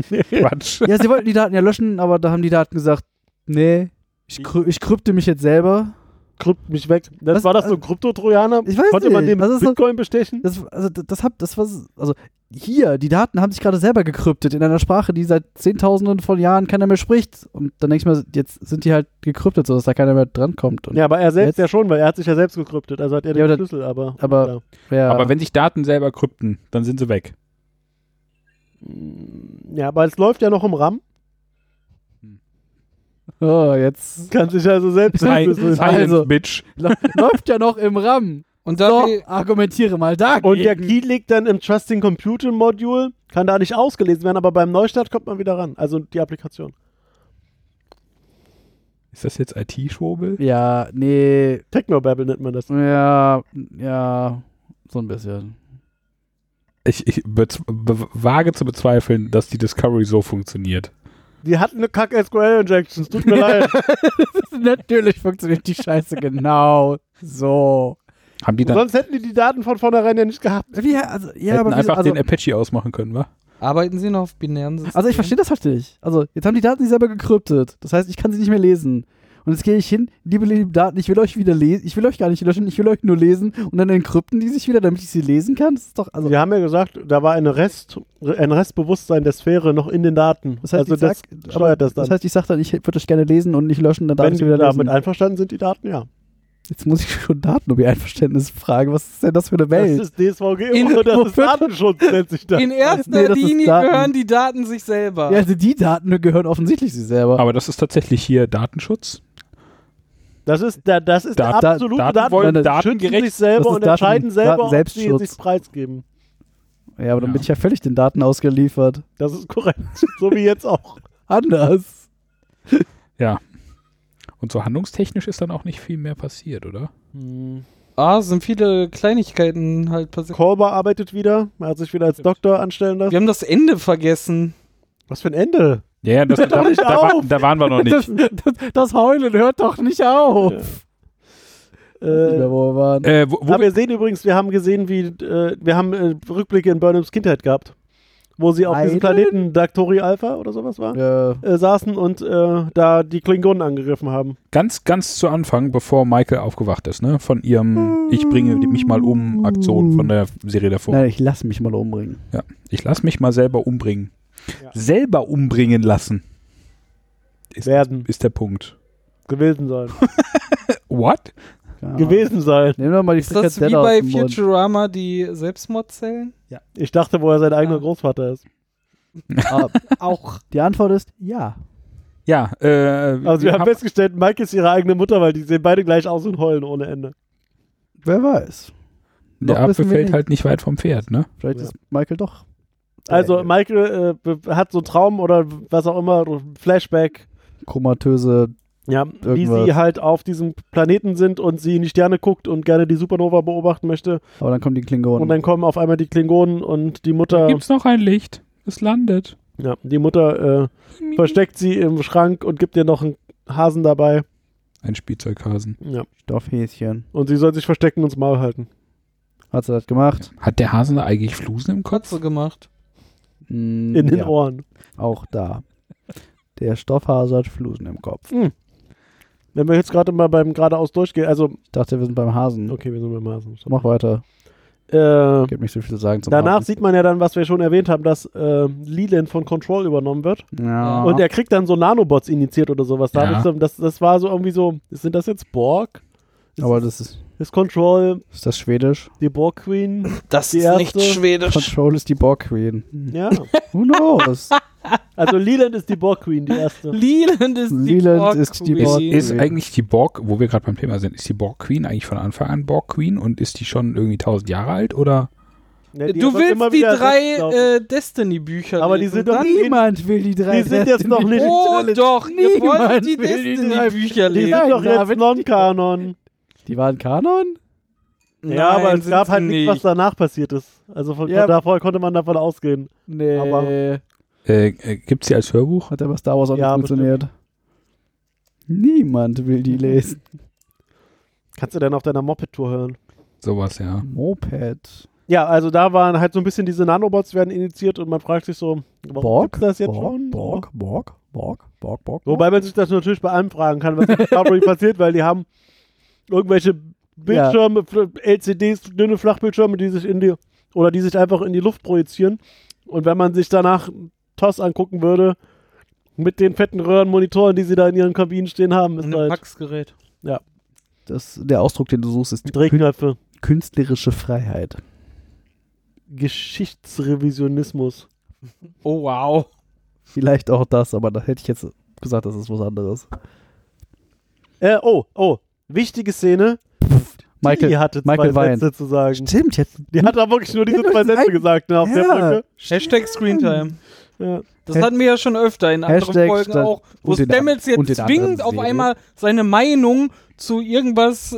Speaker 4: Quatsch.
Speaker 2: ja, sie wollten die Daten ja löschen, aber da haben die Daten gesagt, nee, ich, krü ich krypte mich jetzt selber.
Speaker 5: krypt mich weg. Das
Speaker 2: Was- also
Speaker 5: war das so ein Kryptotrojaner?
Speaker 2: Ich weiß
Speaker 5: Konnte man
Speaker 2: nicht.
Speaker 5: den mit
Speaker 2: Das ist so-
Speaker 5: Bitcoin bestechen?
Speaker 2: Das, also, d- das, hab, das war, also hier, die Daten haben sich gerade selber gekryptet in einer Sprache, die seit Zehntausenden von Jahren keiner mehr spricht. Und dann denke ich mir, jetzt sind die halt gekryptet, sodass da keiner mehr drankommt. Und,
Speaker 5: Ja, aber er selbst
Speaker 2: Jetzt-
Speaker 5: ja schon, weil er hat sich ja selbst gekryptet, also hat er den
Speaker 2: Ja, aber-
Speaker 5: Schlüssel, aber
Speaker 2: aber-
Speaker 5: ja.
Speaker 2: ja,
Speaker 4: Aber wenn sich Daten selber krypten, dann sind sie weg.
Speaker 5: ja, aber es läuft ja noch im RAM,
Speaker 2: oh, jetzt
Speaker 5: kann sich also selbst
Speaker 4: Silence,
Speaker 5: entschlüsseln.
Speaker 2: Also-
Speaker 4: Bitch.
Speaker 2: lä- läuft ja noch im RAM.
Speaker 6: Und
Speaker 2: So,
Speaker 6: da die-
Speaker 2: argumentiere mal da.
Speaker 5: Und der Key liegt dann im Trusting Computing Module, kann da nicht ausgelesen werden, aber beim Neustart kommt man wieder ran, also die Applikation.
Speaker 4: Ist das jetzt IT-Schwobel?
Speaker 2: Ja, nee,
Speaker 5: Technobabble nennt man das.
Speaker 2: ja, ja, so ein bisschen.
Speaker 4: Ich, ich bez- be wage zu bezweifeln, dass die Discovery so funktioniert.
Speaker 5: Die hatten eine kack SQL Injections, tut mir leid.
Speaker 2: Natürlich funktioniert die Scheiße genau so.
Speaker 4: Haben die dann
Speaker 5: Sonst hätten die die Daten von vornherein ja nicht gehabt.
Speaker 2: Wie, also, ja,
Speaker 4: hätten
Speaker 2: aber wie,
Speaker 4: einfach
Speaker 2: also,
Speaker 4: den Apache ausmachen können, wa?
Speaker 6: arbeiten sie noch auf binären Systemen.
Speaker 2: Also ich verstehe das halt nicht. Also jetzt haben die Daten sich selber gekryptet. Das heißt, ich kann sie nicht mehr lesen. Und jetzt gehe ich hin, liebe, liebe Daten, ich will euch wieder lesen, ich will euch gar nicht löschen, ich will euch nur lesen und dann entkrypten die sich wieder, damit ich sie lesen kann. Das ist doch, also,
Speaker 5: Wir haben ja gesagt, da war eine Rest, ein Restbewusstsein der Sphäre noch in den Daten.
Speaker 2: das heißt,
Speaker 5: also
Speaker 2: ich sag,
Speaker 5: das
Speaker 2: aber,
Speaker 5: steuert das dann.
Speaker 2: das heißt, ich sage dann, ich würde euch gerne lesen und nicht löschen, dann darf
Speaker 5: Wenn
Speaker 2: ich
Speaker 5: die
Speaker 2: sie wieder
Speaker 5: damit
Speaker 2: lesen.
Speaker 5: einverstanden sind, die Daten, ja.
Speaker 2: Jetzt muss ich schon Daten um ihr Einverständnis fragen. Was ist denn das für eine
Speaker 5: Das
Speaker 2: Welt?
Speaker 5: ist DSVG
Speaker 6: In-
Speaker 5: oder das ist Datenschutz, nennt sich das.
Speaker 6: In erster
Speaker 2: Nee, das ist
Speaker 6: Linie
Speaker 2: Daten.
Speaker 6: gehören die Daten sich selber.
Speaker 2: Ja, also die Daten gehören offensichtlich sie selber.
Speaker 4: Aber das ist tatsächlich hier Datenschutz.
Speaker 5: Das ist der, das ist
Speaker 4: Da-
Speaker 5: der
Speaker 2: da-
Speaker 5: absolute
Speaker 4: Daten
Speaker 5: Datenschutz.
Speaker 4: wollen
Speaker 2: Nein,
Speaker 5: Sie schützen sich
Speaker 4: datengerecht.
Speaker 5: selber
Speaker 2: das ist
Speaker 5: und
Speaker 2: Daten-
Speaker 5: entscheiden selber, ob sie
Speaker 2: Datenselbstschutz.
Speaker 5: sich preisgeben.
Speaker 2: ja, aber dann
Speaker 4: Ja.
Speaker 2: bin ich ja völlig den Daten ausgeliefert.
Speaker 5: Das ist korrekt. so wie jetzt auch.
Speaker 2: Anders.
Speaker 4: Und so handlungstechnisch ist dann auch nicht viel mehr passiert, oder?
Speaker 6: Ah, es sind viele Kleinigkeiten halt passiert.
Speaker 5: Kolber arbeitet wieder. Er hat sich wieder als Doktor anstellen lassen.
Speaker 6: Wir haben das Ende vergessen.
Speaker 5: Was für ein Ende.
Speaker 4: Ja, ja, das, da, da,
Speaker 5: nicht
Speaker 4: war,
Speaker 5: auf!
Speaker 4: da waren wir noch nicht.
Speaker 2: Das, das, das Heulen hört doch nicht auf. Nicht
Speaker 5: Äh,
Speaker 2: mehr, wo wir waren.
Speaker 4: Äh, wo, wo
Speaker 5: aber wir sehen übrigens, wir haben gesehen, wie äh, wir haben äh, Rückblicke in Burnhams Kindheit gehabt, wo sie auf diesem
Speaker 2: Einen?
Speaker 5: Planeten Dactori Alpha oder sowas war,
Speaker 2: Ja.
Speaker 5: äh, saßen und äh, da die Klingonen angegriffen haben.
Speaker 4: ganz, ganz zu Anfang, bevor Michael aufgewacht ist, ne? Von ihrem Ich bringe mich mal um Aktion von der Serie davor.
Speaker 2: Nein, ich lasse mich mal umbringen.
Speaker 4: Ja. Ich lass mich mal selber umbringen.
Speaker 5: Ja.
Speaker 4: Selber umbringen lassen. Ist,
Speaker 5: Werden.
Speaker 4: ist der Punkt.
Speaker 5: Gewesen sein.
Speaker 4: What?
Speaker 2: keine Ahnung.
Speaker 5: gewesen sein.
Speaker 2: Nimm doch mal die
Speaker 6: Ist das wie
Speaker 2: Frikadelle aus
Speaker 6: bei
Speaker 2: dem Mund.
Speaker 6: Futurama die Selbstmordzellen?
Speaker 5: Ich dachte, wo er sein eigener
Speaker 6: Ja.
Speaker 5: Großvater ist.
Speaker 2: Ah,
Speaker 6: Auch.
Speaker 2: die Antwort ist ja.
Speaker 4: Ja, äh,
Speaker 5: Also wir
Speaker 4: ihr
Speaker 5: haben
Speaker 4: habt-
Speaker 5: festgestellt, Mike ist ihre eigene Mutter, weil die sehen beide gleich aus und heulen ohne Ende.
Speaker 2: Wer weiß.
Speaker 4: der
Speaker 2: noch wissen
Speaker 4: Apfel
Speaker 2: wir
Speaker 4: fällt
Speaker 2: nicht.
Speaker 4: halt nicht weit vom Pferd, ne?
Speaker 2: Vielleicht
Speaker 5: Ja.
Speaker 2: ist Michael doch. der
Speaker 5: Also Michael äh, be- hat so einen Traum oder was auch immer, Flashback,
Speaker 2: Komatöse.
Speaker 5: ja, wie
Speaker 2: Irgendwas.
Speaker 5: sie halt auf diesem Planeten sind und sie in die Sterne guckt und gerne die Supernova beobachten möchte.
Speaker 2: Aber dann kommen die
Speaker 5: Und,
Speaker 2: Klingonen.
Speaker 5: dann kommen auf einmal die Klingonen und die Mutter,
Speaker 4: Gibt's noch ein Licht? Es landet.
Speaker 5: ja, die Mutter
Speaker 4: Mhm.
Speaker 5: äh, versteckt sie im Schrank und gibt ihr noch einen Hasen dabei.
Speaker 4: Ein Spielzeughasen.
Speaker 5: Ja.
Speaker 2: Stoffhäschen.
Speaker 5: Und sie soll sich verstecken und ins Maul halten.
Speaker 2: Hat sie das gemacht?
Speaker 4: Hat der Hasen da eigentlich Flusen im Kopf?
Speaker 6: Katze gemacht.
Speaker 2: Mm,
Speaker 5: In den
Speaker 2: ja,
Speaker 5: Ohren.
Speaker 2: Auch da. Der Stoffhase hat Flusen im Kopf.
Speaker 5: Wenn wir jetzt gerade mal beim geradeaus durchgehen, also,
Speaker 2: Ich dachte, wir sind beim Hasen.
Speaker 5: okay, wir sind beim Hasen.
Speaker 2: Mach weiter.
Speaker 5: Äh,
Speaker 2: Gibt nicht so viel zu sagen zum
Speaker 5: danach
Speaker 2: Hasen.
Speaker 5: sieht man ja dann, was wir schon erwähnt haben, dass äh, Leland von Control übernommen wird.
Speaker 2: Ja.
Speaker 5: Und er kriegt dann so Nanobots initiiert oder sowas. Da hab
Speaker 4: Ja.
Speaker 5: ich so, das, das war so irgendwie so, sind das jetzt Borg? Ist,
Speaker 2: Aber das ist,
Speaker 5: ist Control
Speaker 2: ist das Schwedisch?
Speaker 5: die Borg Queen?
Speaker 6: Das
Speaker 5: Die
Speaker 6: ist
Speaker 5: erste-
Speaker 6: nicht schwedisch.
Speaker 2: Control ist die Borg Queen.
Speaker 5: Ja.
Speaker 2: Who knows?
Speaker 5: Also Leland ist die Borg Queen, die erste.
Speaker 6: Leland ist die
Speaker 2: Leland
Speaker 6: Borg.
Speaker 2: ist die
Speaker 4: Ist,
Speaker 2: Borg-
Speaker 6: Queen.
Speaker 4: ist eigentlich die Borg, wo wir gerade beim Thema sind, ist die Borg Queen eigentlich von Anfang an Borg Queen und ist die schon irgendwie 1000 Jahre alt oder?
Speaker 5: Ja, Ne, die
Speaker 6: Du
Speaker 5: wird immer
Speaker 6: willst die
Speaker 5: wieder
Speaker 6: drei
Speaker 5: ersetzt, glaub ich.
Speaker 6: äh, Destiny-Bücher.
Speaker 5: Aber die
Speaker 6: lesen.
Speaker 5: sind doch
Speaker 6: Dann-
Speaker 5: nie-
Speaker 2: Niemand will die drei.
Speaker 5: Die sind jetzt noch nicht-
Speaker 6: Oh doch, ihr wollt
Speaker 2: Niemand
Speaker 6: die
Speaker 2: will die
Speaker 6: Destiny-Bücher
Speaker 5: die
Speaker 6: lesen.
Speaker 5: sind doch
Speaker 2: David
Speaker 5: jetzt Non-Kanon.
Speaker 2: Die waren Kanon?
Speaker 5: Ja, aber
Speaker 6: Nein,
Speaker 5: es gab
Speaker 6: sind
Speaker 5: halt
Speaker 6: sie
Speaker 5: nichts, was danach passiert ist. Also von
Speaker 2: Ja.
Speaker 5: davor konnte man davon ausgehen.
Speaker 2: Nee.
Speaker 5: Aber-
Speaker 4: Äh, äh, Gibt es die als Hörbuch?
Speaker 2: Hat aber Star Wars auch
Speaker 5: Ja,
Speaker 2: nicht funktioniert. Niemand will die lesen.
Speaker 5: Kannst du denn auf deiner Moped-Tour hören?
Speaker 4: Sowas, ja.
Speaker 2: Moped.
Speaker 5: Ja, also da waren halt so ein bisschen diese Nanobots werden initiiert und man fragt sich so, warum
Speaker 2: Borg?
Speaker 5: gibt's das jetzt
Speaker 2: Borg,
Speaker 5: schon?
Speaker 2: Borg, Borg, Borg, Borg, Borg.
Speaker 5: Wobei man sich das natürlich bei allem fragen kann, was mit Discovery passiert, weil die haben irgendwelche Bildschirme, fl- LCDs, dünne Flachbildschirme, die sich in die oder die sich einfach in die Luft projizieren. Und wenn man sich danach TOS angucken würde, mit den fetten Röhrenmonitoren, die sie da in ihren Kabinen stehen haben, ist
Speaker 6: Ein
Speaker 5: halt
Speaker 6: Faxgerät.
Speaker 2: Das, der Ausdruck, den du suchst, ist kün
Speaker 5: Drehknöpfe.
Speaker 2: künstlerische Freiheit.
Speaker 5: Geschichtsrevisionismus.
Speaker 6: Oh wow.
Speaker 2: Vielleicht auch das, aber da hätte ich jetzt gesagt, das ist was anderes.
Speaker 5: Äh, oh, oh, wichtige Szene. die
Speaker 2: Michael,
Speaker 5: hatte zwei
Speaker 2: Michael weint.
Speaker 5: Sätze zu sagen.
Speaker 2: Stimmt, jetzt.
Speaker 5: Die hat da wirklich nur diese
Speaker 2: Ja,
Speaker 5: zwei
Speaker 2: das ist
Speaker 5: Sätze
Speaker 2: ein-
Speaker 5: gesagt, ne, auf
Speaker 2: Ja.
Speaker 5: der
Speaker 6: Hashtag Screentime.
Speaker 5: Brücke. Ja.
Speaker 6: Das hatten wir ja schon öfter in anderen
Speaker 2: Hashtag
Speaker 6: Folgen
Speaker 2: statt-
Speaker 6: auch, wo
Speaker 2: und in der-
Speaker 6: Stamets
Speaker 2: und in
Speaker 6: jetzt
Speaker 2: der
Speaker 6: zwingend
Speaker 2: anderen
Speaker 6: auf
Speaker 2: Serie.
Speaker 6: einmal seine Meinung zu irgendwas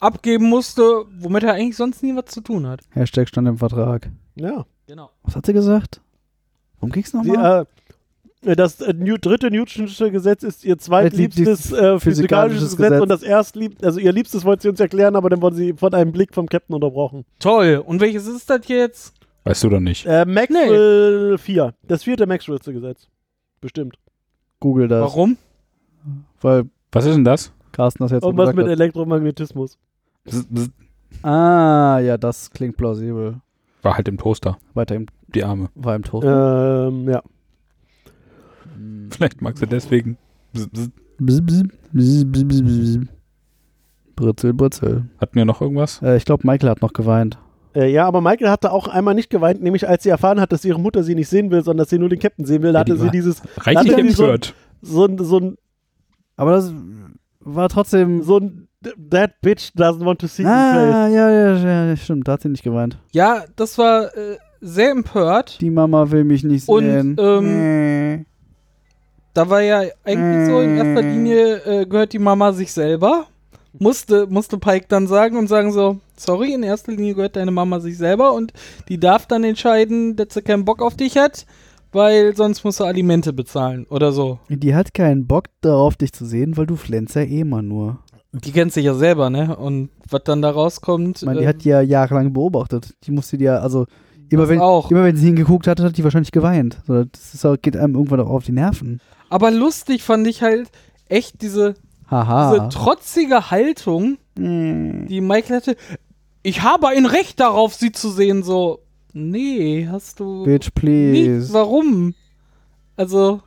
Speaker 6: abgeben musste, womit er eigentlich sonst nie was zu tun hat.
Speaker 2: Hashtag stand im Vertrag.
Speaker 5: ja.
Speaker 6: Genau.
Speaker 2: Was hat sie gesagt? Worum ging's
Speaker 5: Sie,
Speaker 2: nochmal?
Speaker 5: äh, das äh, New, dritte Newtonsche Gesetz ist ihr zweitliebstes
Speaker 2: Zweitliebstes
Speaker 5: äh, physikalisches
Speaker 2: physikalisches
Speaker 5: Gesetz,
Speaker 2: Gesetz.
Speaker 5: und das erstlieb, also ihr liebstes wollte sie uns erklären, aber dann wurden sie von einem Blick vom Captain unterbrochen.
Speaker 6: Toll. Und welches ist das jetzt?
Speaker 4: Weißt du doch nicht.
Speaker 5: Äh, Maxwell 4. Das vierte Maxwell'sche Gesetz. Bestimmt.
Speaker 2: Google das.
Speaker 6: Warum?
Speaker 2: Weil
Speaker 4: Was ist denn das?
Speaker 2: Carsten das jetzt so
Speaker 5: Irgendwas mit
Speaker 2: gesagt
Speaker 5: Elektromagnetismus.
Speaker 4: Bzz, bzz.
Speaker 2: hat. Ah, ja, das klingt plausibel.
Speaker 4: War halt im Toaster.
Speaker 2: Weiter im,
Speaker 4: Die Arme.
Speaker 2: war im Tod.
Speaker 5: Ähm, ja.
Speaker 2: Hm.
Speaker 4: Vielleicht magst du deswegen. Bzz, bzz.
Speaker 2: Bzz, bzz, bzz, bzz, bzz, bzz. Britzel, Britzel.
Speaker 4: Hatten wir noch irgendwas?
Speaker 2: Äh, ich glaube, Michael hat noch geweint.
Speaker 5: Äh, ja, aber Michael hatte auch einmal nicht geweint, nämlich als sie erfahren hat, dass ihre Mutter sie nicht sehen will, sondern dass sie nur den Captain sehen will, da
Speaker 4: Ja,
Speaker 5: hatte
Speaker 4: die
Speaker 5: sie
Speaker 4: war-
Speaker 5: dieses
Speaker 4: Reichlich
Speaker 5: Hat er die so-
Speaker 4: empört.
Speaker 5: so ein, so ein,
Speaker 2: Aber das war trotzdem.
Speaker 5: so ein That bitch doesn't want to see me face.
Speaker 2: Ah, ja, ja, ja, ja, stimmt. Da hat sie nicht geweint.
Speaker 6: Ja, das war äh, sehr empört.
Speaker 2: Die Mama will mich nicht
Speaker 6: Und,
Speaker 2: sehen.
Speaker 6: ähm, Da war ja eigentlich so in erster
Speaker 2: Mm.
Speaker 6: Linie äh, gehört die Mama sich selber. Musste, musste Pike dann sagen und sagen so, sorry, in erster Linie gehört deine Mama sich selber und die darf dann entscheiden, dass sie keinen Bock auf dich hat, weil sonst musst du Alimente bezahlen oder so.
Speaker 2: die hat keinen Bock darauf, dich zu sehen, weil du flänzt ja eh immer nur.
Speaker 6: Die kennt sich ja selber, ne? Und was dann da rauskommt,
Speaker 2: Ich meine,
Speaker 6: äh,
Speaker 2: die hat die ja jahrelang beobachtet. Die musste die ja, also immer wenn,
Speaker 6: auch.
Speaker 2: immer wenn sie hingeguckt hat, hat die wahrscheinlich geweint. So, Das ist, auch- geht einem irgendwann auch auf die Nerven.
Speaker 6: aber lustig fand ich halt echt diese, diese
Speaker 2: Haha. Hm,
Speaker 6: trotzige Haltung, die Michael hatte. Ich habe ein Recht darauf, sie zu sehen, so. Nee, hast du.
Speaker 2: Bitch,
Speaker 6: Wie?
Speaker 2: please.
Speaker 6: Warum? Also,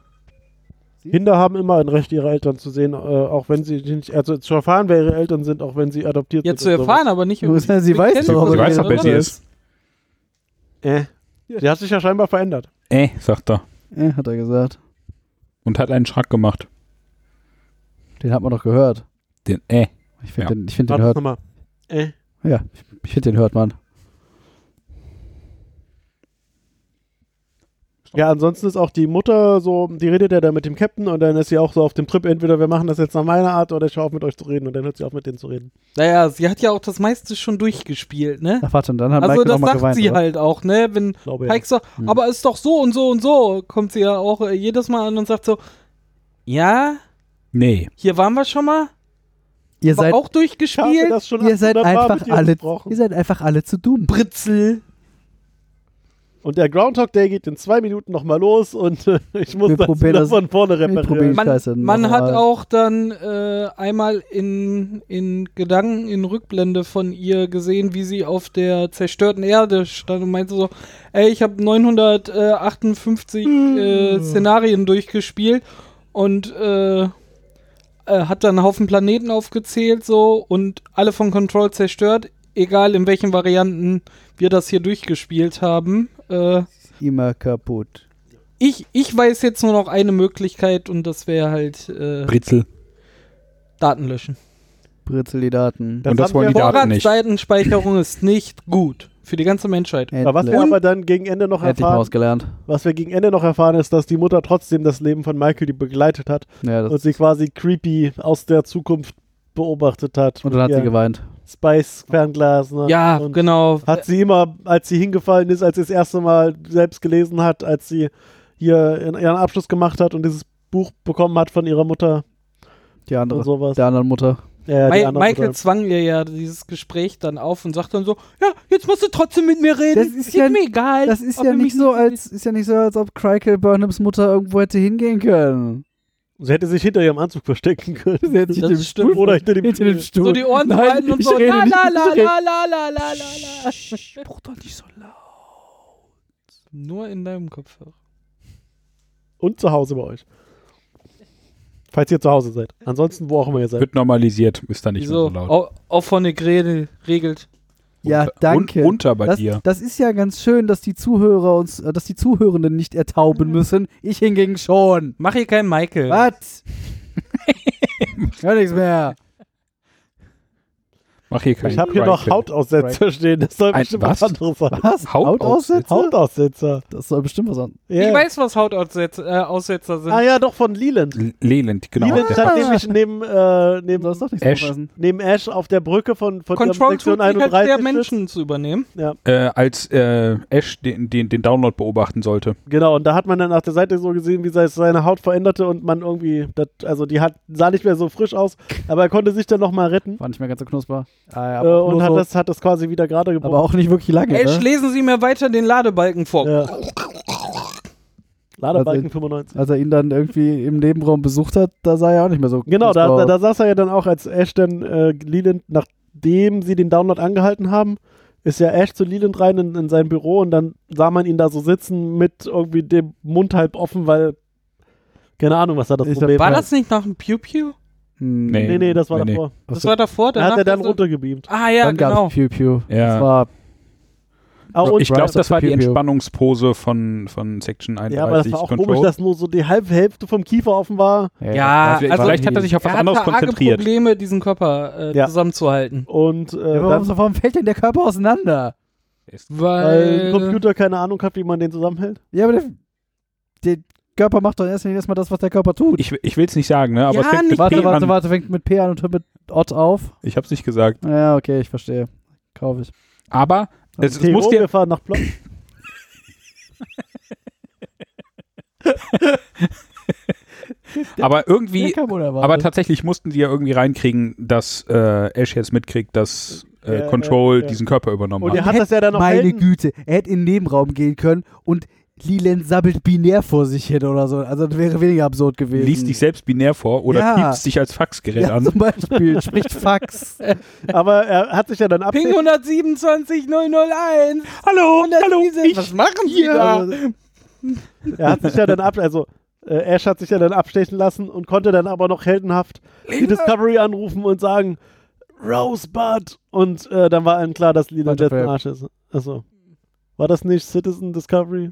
Speaker 2: Sie?
Speaker 5: Kinder haben immer ein Recht, ihre Eltern zu sehen, äh, auch wenn sie nicht, also zu erfahren, wer ihre Eltern sind, auch wenn sie adoptiert
Speaker 6: Ja,
Speaker 5: sind.
Speaker 6: zu
Speaker 5: und sowas.
Speaker 6: erfahren, aber nicht
Speaker 2: Sie weiß
Speaker 6: bekennen
Speaker 2: doch,
Speaker 6: oder
Speaker 2: aber
Speaker 4: Sie weiß
Speaker 6: so,
Speaker 4: doch, wer sie
Speaker 6: oder?
Speaker 4: ist.
Speaker 5: Äh. Die hat sich ja scheinbar verändert.
Speaker 4: Äh, sagt er.
Speaker 2: Äh, hat er gesagt.
Speaker 4: Und hat einen Schrack gemacht.
Speaker 2: Den hat man doch gehört.
Speaker 4: Den Äh.
Speaker 2: Ich finde
Speaker 4: Ja.
Speaker 2: den, ich find den
Speaker 5: Warte
Speaker 2: hört.
Speaker 5: nochmal. Äh.
Speaker 2: Ja, ich, ich finde den hört man.
Speaker 5: Ja, ansonsten ist auch die Mutter so, die redet ja da mit dem Captain und dann ist sie auch so auf dem Trip, entweder wir machen das jetzt nach meiner Art oder ich höre auf mit euch zu reden und dann hört sie auf mit denen zu reden.
Speaker 6: Naja, sie hat ja auch das meiste schon durchgespielt, ne?
Speaker 2: Ach, warte, und dann hat
Speaker 6: Also
Speaker 2: Michael
Speaker 6: das
Speaker 2: auch mal
Speaker 6: sagt
Speaker 2: geweint.
Speaker 6: sie
Speaker 2: oder? Oh
Speaker 6: halt auch, ne? Wenn
Speaker 5: Ich glaube ja.
Speaker 6: Pike sagt,
Speaker 2: Hm.
Speaker 6: aber ist doch so und so und so, kommt sie ja auch äh, jedes Mal an und sagt so, ja,
Speaker 4: Nee.
Speaker 6: hier waren wir schon mal,
Speaker 2: Ihr
Speaker 6: aber
Speaker 2: seid,
Speaker 6: auch
Speaker 5: Ich habe
Speaker 6: durchgespielt.
Speaker 5: das schon
Speaker 2: ihr seid
Speaker 5: 800 Mal mit
Speaker 2: einfach
Speaker 5: ihr
Speaker 2: alle,
Speaker 5: besprochen.
Speaker 2: ihr seid einfach alle zu dumm.
Speaker 6: Britzel.
Speaker 5: Und der Groundhog Day geht in zwei Minuten nochmal los und äh, ich muss
Speaker 2: Wir
Speaker 5: das
Speaker 2: probieren
Speaker 5: wieder
Speaker 2: das-
Speaker 5: von vorne
Speaker 2: wir
Speaker 5: reparieren.
Speaker 2: probieren-
Speaker 6: Man,
Speaker 2: Scheiße,
Speaker 6: man
Speaker 2: nochmal.
Speaker 6: hat auch dann äh, einmal in, in Gedanken, in Rückblende von ihr gesehen, wie sie auf der zerstörten Erde stand und meinte so, ey, ich habe 958 äh, Szenarien durchgespielt und äh, äh, hat dann einen Haufen Planeten aufgezählt so und alle von Control zerstört, egal in welchen Varianten wir das hier durchgespielt haben. Äh,
Speaker 2: Immer kaputt.
Speaker 6: ich, ich weiß jetzt nur noch eine Möglichkeit und das wäre halt äh,
Speaker 4: Britzel.
Speaker 6: Daten löschen.
Speaker 2: Britzel die Daten.
Speaker 5: Das
Speaker 4: Und das
Speaker 5: haben
Speaker 4: wollen
Speaker 5: wir
Speaker 4: die Daten nicht.
Speaker 6: Vorratsdatenspeicherung ist nicht gut für die ganze Menschheit.
Speaker 5: Aber was wir
Speaker 2: Endlich.
Speaker 5: aber dann gegen Ende noch
Speaker 2: Endlich mal
Speaker 5: erfahren,
Speaker 2: ausgelernt.
Speaker 5: was wir gegen Ende noch erfahren, ist, dass die Mutter trotzdem das Leben von Michael die begleitet hat
Speaker 2: Ja,
Speaker 5: und
Speaker 2: das,
Speaker 5: sie quasi creepy aus der Zukunft beobachtet hat.
Speaker 2: und dann hat
Speaker 5: Mit
Speaker 2: sie
Speaker 5: ihren
Speaker 2: geweint.
Speaker 5: Spice-Fernglas. Ne?
Speaker 6: Ja,
Speaker 5: und
Speaker 6: genau.
Speaker 5: Hat sie immer, als sie hingefallen ist, als sie das erste Mal selbst gelesen hat, als sie hier in- ihren Abschluss gemacht hat und dieses Buch bekommen hat von ihrer Mutter
Speaker 2: Die andere,
Speaker 5: und sowas.
Speaker 2: der anderen Mutter.
Speaker 5: Ja, die
Speaker 6: Mi-
Speaker 5: andere
Speaker 6: Michael
Speaker 5: Mutter.
Speaker 6: zwang ihr ja dieses Gespräch dann auf und sagt dann so, ja, jetzt musst du trotzdem mit mir reden.
Speaker 2: Das ist ja-
Speaker 6: mir egal.
Speaker 2: Das ist
Speaker 6: Halt, ob
Speaker 2: ja
Speaker 6: ihr mich
Speaker 2: nicht so,
Speaker 6: liebt oder
Speaker 2: als ist ja nicht so, als ob Crackle Burnhams Mutter irgendwo hätte hingehen können.
Speaker 5: Sie hätte sich hinter ihrem Anzug verstecken können.
Speaker 6: Das dem stimmt. Stuhl-
Speaker 5: Oder hinter dem
Speaker 2: hinter dem
Speaker 5: Stuhl.
Speaker 2: Stuhl.
Speaker 6: So die Ohren zu
Speaker 2: Nein,
Speaker 6: halten und
Speaker 2: ich
Speaker 6: so.
Speaker 2: rede
Speaker 6: La
Speaker 2: nicht,
Speaker 6: la
Speaker 2: ich
Speaker 6: la
Speaker 2: rede-
Speaker 6: la la la la la la.
Speaker 2: Bruch doch nicht so laut.
Speaker 6: Nur in deinem Kopf.
Speaker 5: Und zu Hause bei euch. Falls ihr zu Hause seid. Ansonsten, wo auch immer ihr seid.
Speaker 4: Wird normalisiert. Ist da nicht mehr
Speaker 6: Wieso?
Speaker 4: so laut.
Speaker 6: Au- Auch von der Grede regelt.
Speaker 2: Ja,
Speaker 4: Unter-
Speaker 2: danke.
Speaker 4: un- Unter bei
Speaker 2: das,
Speaker 4: dir.
Speaker 2: das ist ja ganz schön, dass die Zuhörer uns, äh, dass die Zuhörenden nicht ertauben müssen. Ich hingegen schon.
Speaker 6: Mach hier keinen Michael.
Speaker 2: Was? Hör nichts mehr.
Speaker 4: Mach hier keinen
Speaker 5: Ich habe hier noch
Speaker 4: Haut.
Speaker 5: Hautaussetzer stehen. Das soll
Speaker 4: Ein-
Speaker 5: bestimmt
Speaker 4: was?
Speaker 5: was anderes sein.
Speaker 2: Was?
Speaker 4: Hautaussetzer?
Speaker 5: Hautaussetzer.
Speaker 2: Das soll bestimmt was an.
Speaker 5: Ja.
Speaker 6: Ich weiß, was Hautaussetzer äh, Aussetzer sind.
Speaker 5: Ah ja, doch, von Leland.
Speaker 4: L- Leland, genau.
Speaker 5: Leland
Speaker 4: Der-
Speaker 5: stand nämlich neben, äh,
Speaker 2: Du
Speaker 5: neben,
Speaker 2: sollst doch nichts
Speaker 4: Ash.
Speaker 2: vorlesen.
Speaker 5: neben Ash auf der Brücke von, von ihrem
Speaker 6: Control tut
Speaker 5: Sektion
Speaker 6: sich halt
Speaker 5: 31.
Speaker 6: der
Speaker 5: sitzt.
Speaker 6: Menschen zu übernehmen.
Speaker 4: äh, als äh, Ash den, den, den Download beobachten sollte.
Speaker 5: Genau, und da hat man dann nach der Seite so gesehen, wie se- seine Haut veränderte und man irgendwie, das, also die hat, sah nicht mehr so frisch aus, aber er konnte sich dann nochmal retten
Speaker 2: War nicht mehr ganz so knusper. Ah, ja,
Speaker 5: äh,
Speaker 2: aber
Speaker 5: und
Speaker 2: nur
Speaker 5: hat
Speaker 2: so-
Speaker 5: das, hat das quasi wieder gerade
Speaker 2: aber
Speaker 5: gebracht.
Speaker 2: auch nicht wirklich lange.
Speaker 6: Ey,
Speaker 2: ne?
Speaker 6: lesen Sie mir weiter den Ladebalken vor.
Speaker 5: Ja. Ladebalken
Speaker 2: Also-
Speaker 5: 95.
Speaker 2: Als er ihn dann irgendwie im Nebenraum besucht hat, da sah er auch nicht mehr so
Speaker 5: Genau, da,
Speaker 2: knusper
Speaker 5: da,
Speaker 2: aus.
Speaker 5: da saß er ja dann auch, als Ash dann äh, Leland, nachdem sie den Download angehalten haben, ist ja Ash zu Leland rein in, in sein Büro und dann sah man ihn da so sitzen mit irgendwie dem Mund halb offen, weil keine Ahnung, was da das
Speaker 2: Ich
Speaker 5: Problem
Speaker 6: War
Speaker 5: war.
Speaker 6: das nicht nach dem Pew Pew?
Speaker 2: Hm,
Speaker 4: Nee.
Speaker 5: Nee, nee, das war
Speaker 4: Nee, nee.
Speaker 5: davor.
Speaker 6: Das war davor.
Speaker 5: Da hat
Speaker 6: danach
Speaker 5: er dann
Speaker 6: das-
Speaker 5: runtergebeamt.
Speaker 6: Ah ja,
Speaker 2: dann
Speaker 6: genau.
Speaker 2: gab's Pew Pew.
Speaker 4: Ja.
Speaker 2: Das war
Speaker 5: Ah, und
Speaker 4: ich glaube,
Speaker 2: Rise of
Speaker 4: das
Speaker 2: the
Speaker 4: war die
Speaker 2: Pew Pew.
Speaker 4: Entspannungspose von, von Section 31.
Speaker 5: Ja, aber das war auch
Speaker 4: Control.
Speaker 5: komisch, dass nur so die halbe Hälfte vom Kiefer offen war.
Speaker 6: Ja,
Speaker 4: vielleicht,
Speaker 6: also-
Speaker 4: vielleicht hat er sich auf was
Speaker 6: er
Speaker 4: anderes
Speaker 6: hatte arge
Speaker 4: konzentriert.
Speaker 6: Probleme, diesen Körper äh,
Speaker 5: Ja.
Speaker 6: zusammenzuhalten.
Speaker 5: Und äh,
Speaker 2: Ja, warum,
Speaker 5: dann,
Speaker 2: warum fällt denn der Körper auseinander?
Speaker 5: weil
Speaker 6: Weil.
Speaker 5: ein Computer keine Ahnung hat, wie man den zusammenhält.
Speaker 2: Ja, aber der, der Körper macht doch erst erstmal das, was der Körper tut.
Speaker 4: Ich, ich will es nicht sagen, ne? aber
Speaker 6: Ja,
Speaker 4: es fängt
Speaker 6: nicht-
Speaker 4: mit
Speaker 2: warte,
Speaker 4: P
Speaker 2: warte,
Speaker 4: an.
Speaker 2: warte, fängt mit P an und hört mit Ott auf.
Speaker 4: Ich habe es nicht gesagt.
Speaker 2: Ja, okay, ich verstehe. Kaufe ich.
Speaker 4: Aber es, es
Speaker 5: Theo,
Speaker 4: muss dir,
Speaker 5: wir fahren nach Block.
Speaker 4: aber irgendwie,
Speaker 2: kam
Speaker 4: aber tatsächlich mussten sie ja irgendwie reinkriegen, dass äh, Ash jetzt mitkriegt, dass äh,
Speaker 5: Ja,
Speaker 4: Control
Speaker 5: ja, ja.
Speaker 4: diesen Körper übernommen
Speaker 5: Und
Speaker 4: hat.
Speaker 5: er hat das ja dann noch
Speaker 2: Meine
Speaker 5: melden.
Speaker 2: Güte, er hätte in den Nebenraum gehen können und Leland sabbelt binär vor sich hin oder so. Also das wäre weniger absurd gewesen.
Speaker 4: Liest dich selbst binär vor oder
Speaker 2: Ja.
Speaker 4: piepst dich als Faxgerät
Speaker 2: ja,
Speaker 4: an.
Speaker 2: zum Beispiel, spricht Fax.
Speaker 5: Aber er hat sich ja dann
Speaker 6: Ping
Speaker 5: abgemeldet.
Speaker 6: 127001. Hallo, hallo. Was machen Sie da?
Speaker 5: Er hat sich ja dann ab, also Äh, Ash hat sich ja dann abstechen lassen und konnte dann aber noch heldenhaft die Discovery anrufen und sagen, Rosebud! Und äh, dann war allen klar, dass Lila
Speaker 7: Warte,
Speaker 5: jetzt ein
Speaker 7: Pep.
Speaker 5: Arsch ist. Achso. War das nicht Citizen Discovery?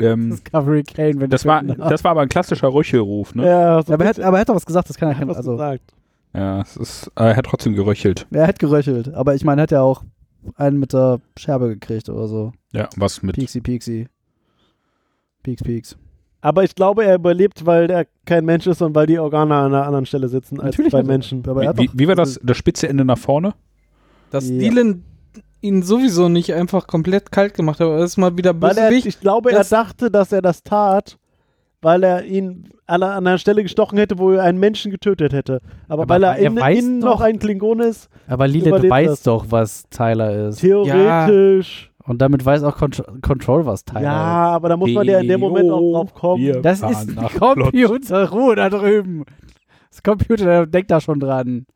Speaker 4: Ähm,
Speaker 7: Discovery Kane, wenn
Speaker 4: das,
Speaker 7: die
Speaker 4: war,
Speaker 7: finden.
Speaker 4: das war aber ein klassischer Röchelruf, ne?
Speaker 5: Ja, so
Speaker 7: Ja, aber er hat,
Speaker 5: bisschen
Speaker 7: aber er hat doch was gesagt, das kann er
Speaker 5: hat
Speaker 7: kein,
Speaker 5: was
Speaker 7: also,
Speaker 5: gesagt.
Speaker 4: Ja, es ist, äh, er hat trotzdem geröchelt.
Speaker 7: er hat geröchelt, aber ich meine, er hat ja auch einen mit der Scherbe gekriegt oder so.
Speaker 4: Ja, was mit.
Speaker 7: Pixie, Pixie. Peaks, Peaks.
Speaker 5: Aber ich glaube, er überlebt, weil er kein Mensch ist und weil die Organe an einer anderen Stelle sitzen als
Speaker 7: Natürlich
Speaker 5: bei
Speaker 7: hat er-
Speaker 5: Menschen.
Speaker 7: Aber er
Speaker 4: Wie,
Speaker 7: hat
Speaker 4: wie,
Speaker 7: doch-
Speaker 4: wie war das, das spitze Ende nach vorne?
Speaker 6: Dass
Speaker 7: Ja.
Speaker 6: Dylan ihn sowieso nicht einfach komplett kalt gemacht hat, aber das ist mal wieder
Speaker 5: Weil er,
Speaker 6: bösewicht.
Speaker 5: ich glaube, er
Speaker 6: Das-
Speaker 5: dachte, dass er das tat, weil er ihn an einer- an einer Stelle gestochen hätte, wo er einen Menschen getötet hätte. Aber,
Speaker 2: Aber
Speaker 5: weil er,
Speaker 2: er
Speaker 5: innen
Speaker 2: weiß
Speaker 5: innen
Speaker 2: doch-
Speaker 5: noch ein Klingon ist,
Speaker 2: Aber Lilith
Speaker 5: Überlebt
Speaker 2: weiß
Speaker 5: das.
Speaker 2: doch, was Tyler ist.
Speaker 5: theoretisch.
Speaker 2: Und damit weiß auch Contr Control, was
Speaker 5: Ja,
Speaker 2: Tyler
Speaker 5: aber da muss man ja in dem Moment auch drauf kommen.
Speaker 4: Wir
Speaker 2: ist. Das
Speaker 4: fahren
Speaker 2: ist
Speaker 4: nach
Speaker 2: ein Computer. Ruhe da drüben. Das Computer, der denkt da schon dran.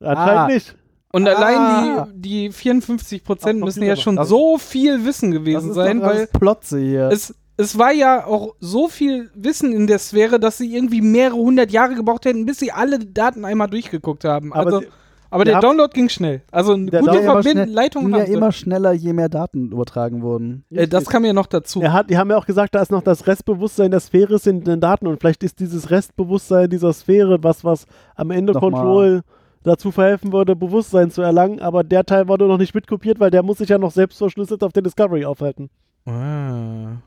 Speaker 5: Anscheinend
Speaker 2: Ah.
Speaker 5: nicht.
Speaker 6: Und
Speaker 2: Ah.
Speaker 6: allein die, die 54 Prozent
Speaker 5: Ach,
Speaker 6: müssen ja
Speaker 5: Computer-
Speaker 6: schon
Speaker 5: das-
Speaker 6: so viel Wissen gewesen sein,
Speaker 7: doch
Speaker 6: weil
Speaker 7: alles Plotze hier.
Speaker 6: es, es war ja auch so viel Wissen in der Sphäre, dass sie irgendwie mehrere hundert Jahre gebraucht hätten, bis sie alle Daten einmal durchgeguckt haben.
Speaker 5: Aber
Speaker 6: also,
Speaker 5: sie-
Speaker 6: aber der
Speaker 5: ja.
Speaker 6: Download ging schnell. Also eine
Speaker 5: Der
Speaker 6: gute
Speaker 5: Download
Speaker 7: immer
Speaker 6: Verbind
Speaker 7: schnell-
Speaker 6: Leitung
Speaker 7: ging ja
Speaker 6: haben sie.
Speaker 7: immer schneller, je mehr Daten übertragen wurden.
Speaker 6: äh, Das kam ja noch dazu.
Speaker 5: Er hat, die haben ja auch gesagt, da ist noch das Restbewusstsein der Sphäre ist in den Daten und vielleicht ist dieses Restbewusstsein dieser Sphäre was, was am Ende
Speaker 7: Nochmal.
Speaker 5: Control dazu verhelfen würde, Bewusstsein zu erlangen, aber der Teil wurde noch nicht mitkopiert, weil der muss sich ja noch selbst verschlüsselt auf der Discovery aufhalten.
Speaker 6: Ah.